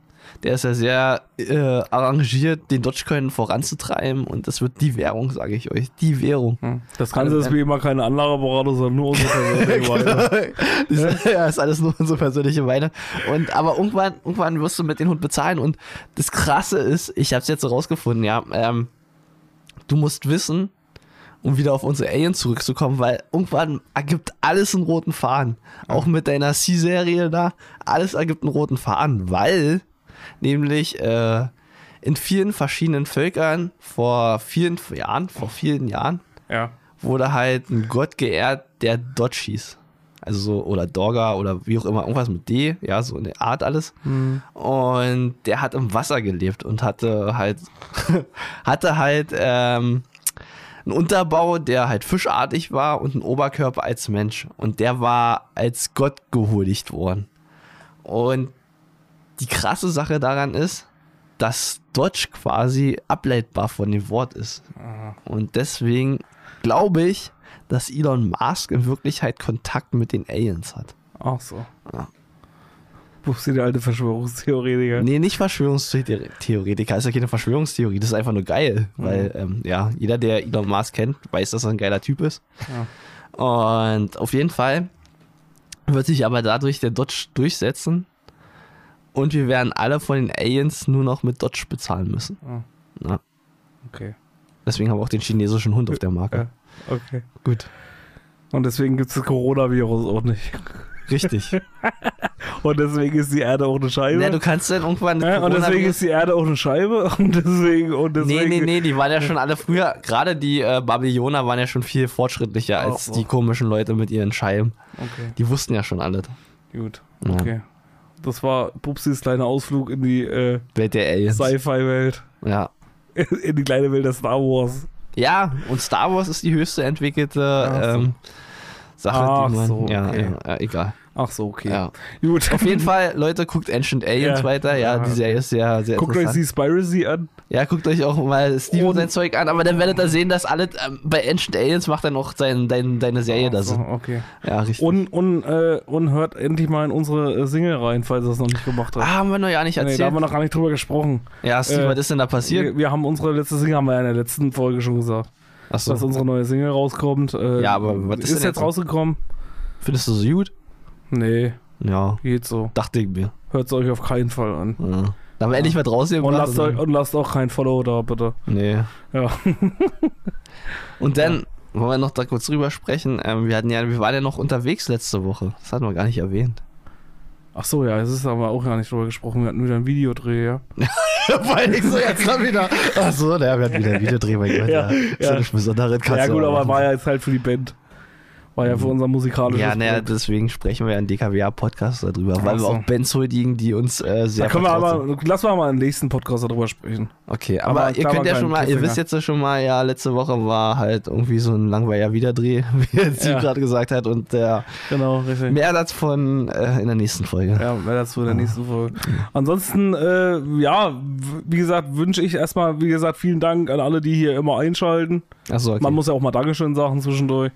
Der ist ja sehr äh, arrangiert, den Dogecoin voranzutreiben. Und das wird die Währung, sage ich euch. Die Währung.
das Ganze ist wie immer keine Anlageberatung, sondern nur
<laughs>
unsere persönliche
Genau.
Meinung.
Das- <laughs> ja, ist alles nur unsere persönliche Meinung. Und aber irgendwann, irgendwann wirst du mit den Hund bezahlen. Und das Krasse ist, ich habe es jetzt herausgefunden, ja, ähm, du musst wissen, um wieder auf unsere Alien zurückzukommen, weil irgendwann ergibt alles einen roten Faden. Auch mit deiner C-Serie da, alles ergibt einen roten Faden, weil nämlich äh, in vielen verschiedenen Völkern vor vielen Jahren, vor vielen Jahren,
Ja.
wurde halt ein Gott geehrt, der Dodge hieß. Also so, oder Dogger oder wie auch immer, irgendwas mit D, ja, so eine Art alles. Und der hat im Wasser gelebt und hatte halt, <laughs> hatte halt ähm, einen Unterbau, der halt fischartig war und einen Oberkörper als Mensch. Und der war als Gott gehuldigt worden. Und die krasse Sache daran ist, dass Dodge quasi ableitbar von dem Wort ist. Und deswegen glaube ich, dass Elon Musk in Wirklichkeit Kontakt mit den Aliens hat.
Ach so.
Ja.
Bubsi, der alte Verschwörungstheoretiker.
Nee, nicht Verschwörungstheoretiker, ist ja keine Verschwörungstheorie, das ist einfach nur geil,
Mhm.
weil ähm, ja, jeder, der Elon Musk kennt, weiß, dass er ein geiler Typ ist. Und auf jeden Fall wird sich aber dadurch der Dodge durchsetzen und wir werden alle von den Aliens nur noch mit Dodge bezahlen müssen.
Ah.
Na,
Okay.
deswegen haben wir auch den chinesischen Hund auf der
Ja.
Marke.
Okay.
Gut,
Und deswegen gibt's das Coronavirus auch nicht. <laughs>
richtig.
Und deswegen ist die Erde auch eine Scheibe.
Na, du kannst dann irgendwann...
Ja, und deswegen
Coronavirus-
ist die Erde auch eine Scheibe. <laughs> Und deswegen. Und
Nee,
deswegen
nee, nee, die waren
<laughs>
ja schon alle früher, gerade die äh, Babyloner waren ja schon viel fortschrittlicher
Ach
als
so.
die komischen Leute mit ihren Scheiben.
Okay.
Die wussten ja schon alle.
Gut.
Ja.
Okay. Das war Pupsis kleiner Ausflug in die äh,
Welt der Aliens.
Sci-Fi-Welt. <laughs>
Ja.
In die kleine Welt der Star Wars.
ja, und Star Wars ist die höchste entwickelte
so.
ähm, Sache,
Ach
die man.
so,
ja,
okay.
ja, ja, egal.
Ach so, okay.
Ja.
Gut.
Auf jeden Fall, Leute, guckt Ancient Aliens
Ja.
weiter. Ja,
Ja.
die Serie ist sehr, sehr
Guckt euch
interessant.
die Spiracy an.
Ja, guckt euch auch mal Steven
Und-
sein Zeug an, aber dann werdet ihr sehen, dass alle ähm, bei Ancient Aliens macht dann auch sein, dein, deine Serie da
so,
sind.
okay.
Ja, richtig.
Und, und, äh, und hört endlich mal in unsere äh, Single rein, falls ihr das noch nicht gemacht habt.
ah, haben wir noch ja nicht
nee, da
erzählt.
haben wir noch gar nicht drüber gesprochen.
ja, Steve,
äh,
was ist denn da passiert?
Wir, wir haben unsere letzte Single, haben wir ja in der letzten Folge schon gesagt,
Achso.
dass unsere neue Single rauskommt. Äh,
Ja, aber was ist
ist,
denn
jetzt,
jetzt?
rausgekommen?
Findest du sie gut?
Nee,
Ja,
geht so.
dachte ich mir.
Hört es euch auf keinen Fall an.
Ja. Da haben wir endlich mal draußen
Und lasst, euch, und lasst auch kein Follow da, bitte.
Nee.
Ja.
<laughs> Und dann wollen wir noch da kurz drüber sprechen. Ähm, wir hatten ja, wir waren ja noch unterwegs letzte Woche. Das hatten wir gar
<laughs>
nicht erwähnt.
Ach so, ja, es ist aber auch gar nicht drüber gesprochen. Wir hatten wieder ein Videodreh, ja.
Weil ich so jetzt dann wieder. Achso, naja, wir hatten wieder ein Videodreh bei jemandem.
Ja,
Ja, ja.
ja.
ja. besondere
ja, gut, aber
machen. Mhm.
war ja jetzt halt für die Band. War ja für unser musikalisches
Ja, naja,
Projekt.
deswegen sprechen wir in DKWA-Podcast darüber, weil wir
so.
auch Bands huldigen, die uns äh, sehr
Da können wir
vertraut
aber, lass mal mal im nächsten Podcast darüber sprechen.
Okay, aber,
Aber
ihr
da
könnt
war
ja
kein
schon mal, ihr
Cliffhanger.
wisst jetzt ja schon mal, ja, letzte Woche war halt irgendwie so ein langweiliger Wiederdreh, <laughs> wie jetzt
Ja.
gerade gesagt hat, und der
Genau, richtig.
mehr dazu von äh, in der nächsten Folge.
Ja, mehr dazu
Ah.
in der nächsten Folge. Ansonsten, äh, ja, w- wie gesagt, wünsche ich erstmal, wie gesagt, vielen Dank an alle, die hier immer einschalten.
Achso, okay.
Man muss ja auch mal Dankeschön sagen zwischendurch.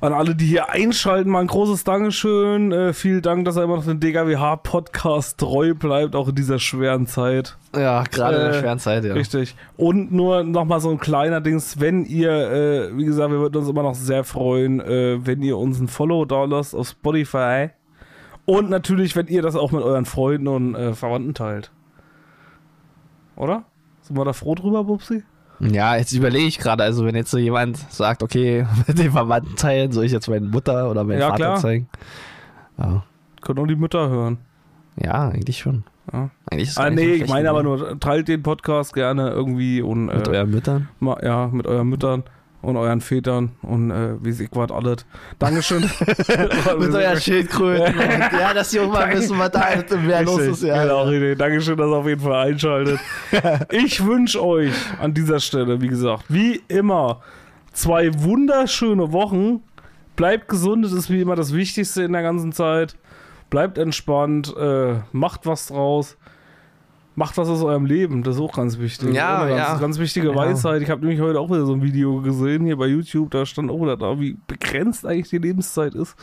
An alle, die hier einschalten, mal ein großes Dankeschön. Äh, vielen Dank, dass er immer noch den DKWH-Podcast treu bleibt, auch in dieser schweren Zeit.
ja, gerade in der
äh,
schweren Zeit, ja.
Richtig. Und nur nochmal so ein kleiner Dings, wenn ihr, äh, wie gesagt, wir würden uns immer noch sehr freuen, äh, wenn ihr uns ein Follow da lasst auf Spotify. Und natürlich, wenn ihr das auch mit euren Freunden und äh, Verwandten teilt. Oder? Sind wir da froh drüber, Bubsi?
Ja, jetzt überlege ich gerade, also wenn jetzt so jemand sagt, okay, <laughs> mit den Verwandten teilen, soll ich jetzt meine Mutter oder meinen
Ja,
Vater
klar.
zeigen? Ja.
Können auch die Mütter hören.
ja, eigentlich schon.
Ja.
Eigentlich ist
Ah,
gar nicht
nee,
so
ich
schlecht,
meine aber
ne?
nur, teilt den Podcast gerne irgendwie und
Mit
äh,
euren Müttern.
ma- ja, mit euren Müttern und euren Vätern und äh, wie sie quad alles.
<laughs>
Dankeschön.
Mit <laughs> euren Schildkröten. und, ja, dass die auch mal wissen,
<laughs>
was da mehr los
Richtig,
ist. Ja,
genau,
ja.
richtig. Dankeschön, dass ihr auf jeden Fall
<laughs>
einschaltet. ich wünsche euch an dieser Stelle, wie gesagt, wie immer, zwei wunderschöne Wochen. Bleibt gesund, das ist wie immer das Wichtigste in der ganzen Zeit. Bleibt entspannt, äh, macht was draus. Macht was aus eurem Leben, das ist auch ganz wichtig.
Ja,
Auch eine ganz,
ja.
ganz wichtige Weisheit. Ich habe nämlich heute auch wieder so ein Video gesehen hier bei YouTube, da stand auch wieder da, wie begrenzt eigentlich die Lebenszeit ist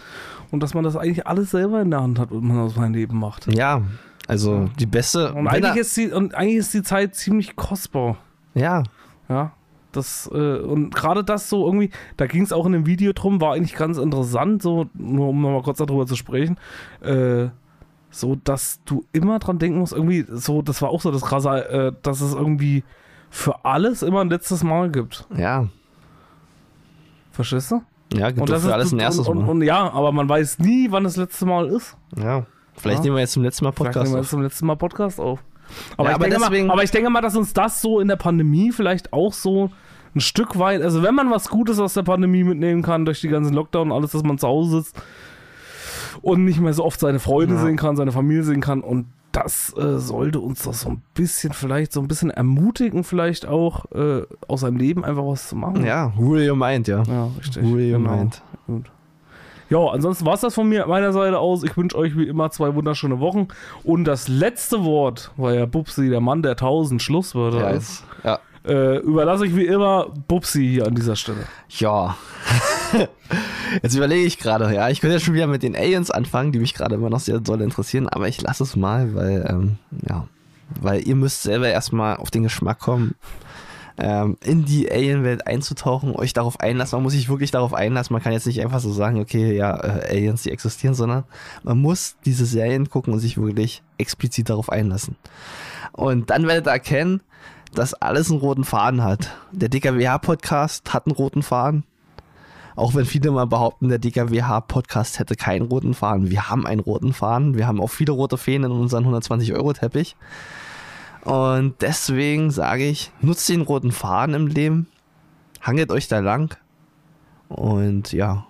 und dass man das eigentlich alles selber in der Hand hat und man aus seinem Leben macht.
Ja, also die beste.
Und
wenn
eigentlich,
er-
ist die, und eigentlich ist die Zeit ziemlich kostbar.
ja,
Ja. Das, äh, und gerade das so irgendwie, da ging es auch in dem Video drum, war eigentlich ganz interessant, so, nur um nochmal kurz darüber zu sprechen, äh, so, dass du immer dran denken musst, irgendwie, so, das war auch so das krasse, äh, dass es irgendwie für alles immer ein letztes Mal gibt.
ja.
Verstehst du?
Ja, gibt doch für alles ein erstes
und, und,
Mal.
und ja, aber man weiß nie, wann das letzte Mal ist.
Ja. Vielleicht
Ja.
nehmen wir jetzt zum letzten Mal
Vielleicht
Podcast
nehmen wir
auf.
jetzt zum letzten Mal Podcast auf. Aber,
Ja,
ich
aber
denke
deswegen-
mal, aber ich denke mal, dass uns das so in der Pandemie vielleicht auch so ein Stück weit, also wenn man was Gutes aus der Pandemie mitnehmen kann, durch die ganzen Lockdown und alles, dass man zu Hause sitzt und nicht mehr so oft seine Freunde sehen kann, seine Familie sehen kann und das äh, sollte uns das so ein bisschen vielleicht so ein bisschen ermutigen, vielleicht auch äh, aus seinem Leben einfach was zu machen.
Ja, who your mind, ja.
Ja, richtig.
Who your
Genau.
mind.
Gut. Ja, ansonsten war es das von mir meiner Seite aus. Ich wünsche euch wie immer zwei wunderschöne Wochen. Und das letzte Wort, weil ja Bubsi der Mann der tausend Schlusswörter
Ja,
ist,
ist, ja.
äh, überlasse ich wie immer Bubsi hier an dieser Stelle.
ja. <laughs> jetzt überlege ich gerade, ja. Ich könnte ja schon wieder mit den Aliens anfangen, die mich gerade immer noch sehr doll interessieren, aber ich lasse es mal, weil, ähm, ja. Weil ihr müsst selber erstmal auf den Geschmack kommen, ähm, in die Alien-Welt einzutauchen, euch darauf einlassen. Man muss sich wirklich darauf einlassen. Man kann jetzt nicht einfach so sagen, okay, ja, äh, Aliens, die existieren, sondern man muss diese Serien gucken und sich wirklich explizit darauf einlassen. Und dann werdet ihr erkennen, dass alles einen roten Faden hat. Der DKWH-Podcast hat einen roten Faden. Auch wenn viele mal behaupten, der DKWH-Podcast hätte keinen roten Faden. Wir haben einen roten Faden. Wir haben auch viele rote Fäden in unseren 120-Euro-Teppich. Und deswegen sage ich, nutzt den roten Faden im Leben. Hangelt euch da lang. Und ja,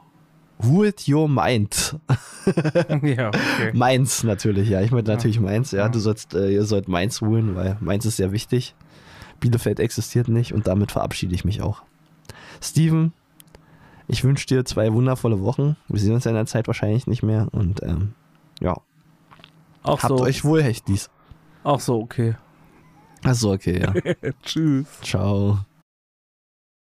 ruht your mind.
<laughs> ja, okay.
Mainz natürlich, ja. Ich meine natürlich Mainz, ja. Du sollst, äh, ihr sollt Mainz holen, weil Mainz ist sehr wichtig. Bielefeld existiert nicht und damit verabschiede ich mich auch. Steven, ich wünsche dir zwei wundervolle Wochen. Wir sehen uns ja in der Zeit wahrscheinlich nicht mehr und ähm, ja,
Auch
habt
so.
euch wohl, Hechtis.
<laughs> Auch so, okay.
Achso, okay, ja.
Tschüss.
Ciao.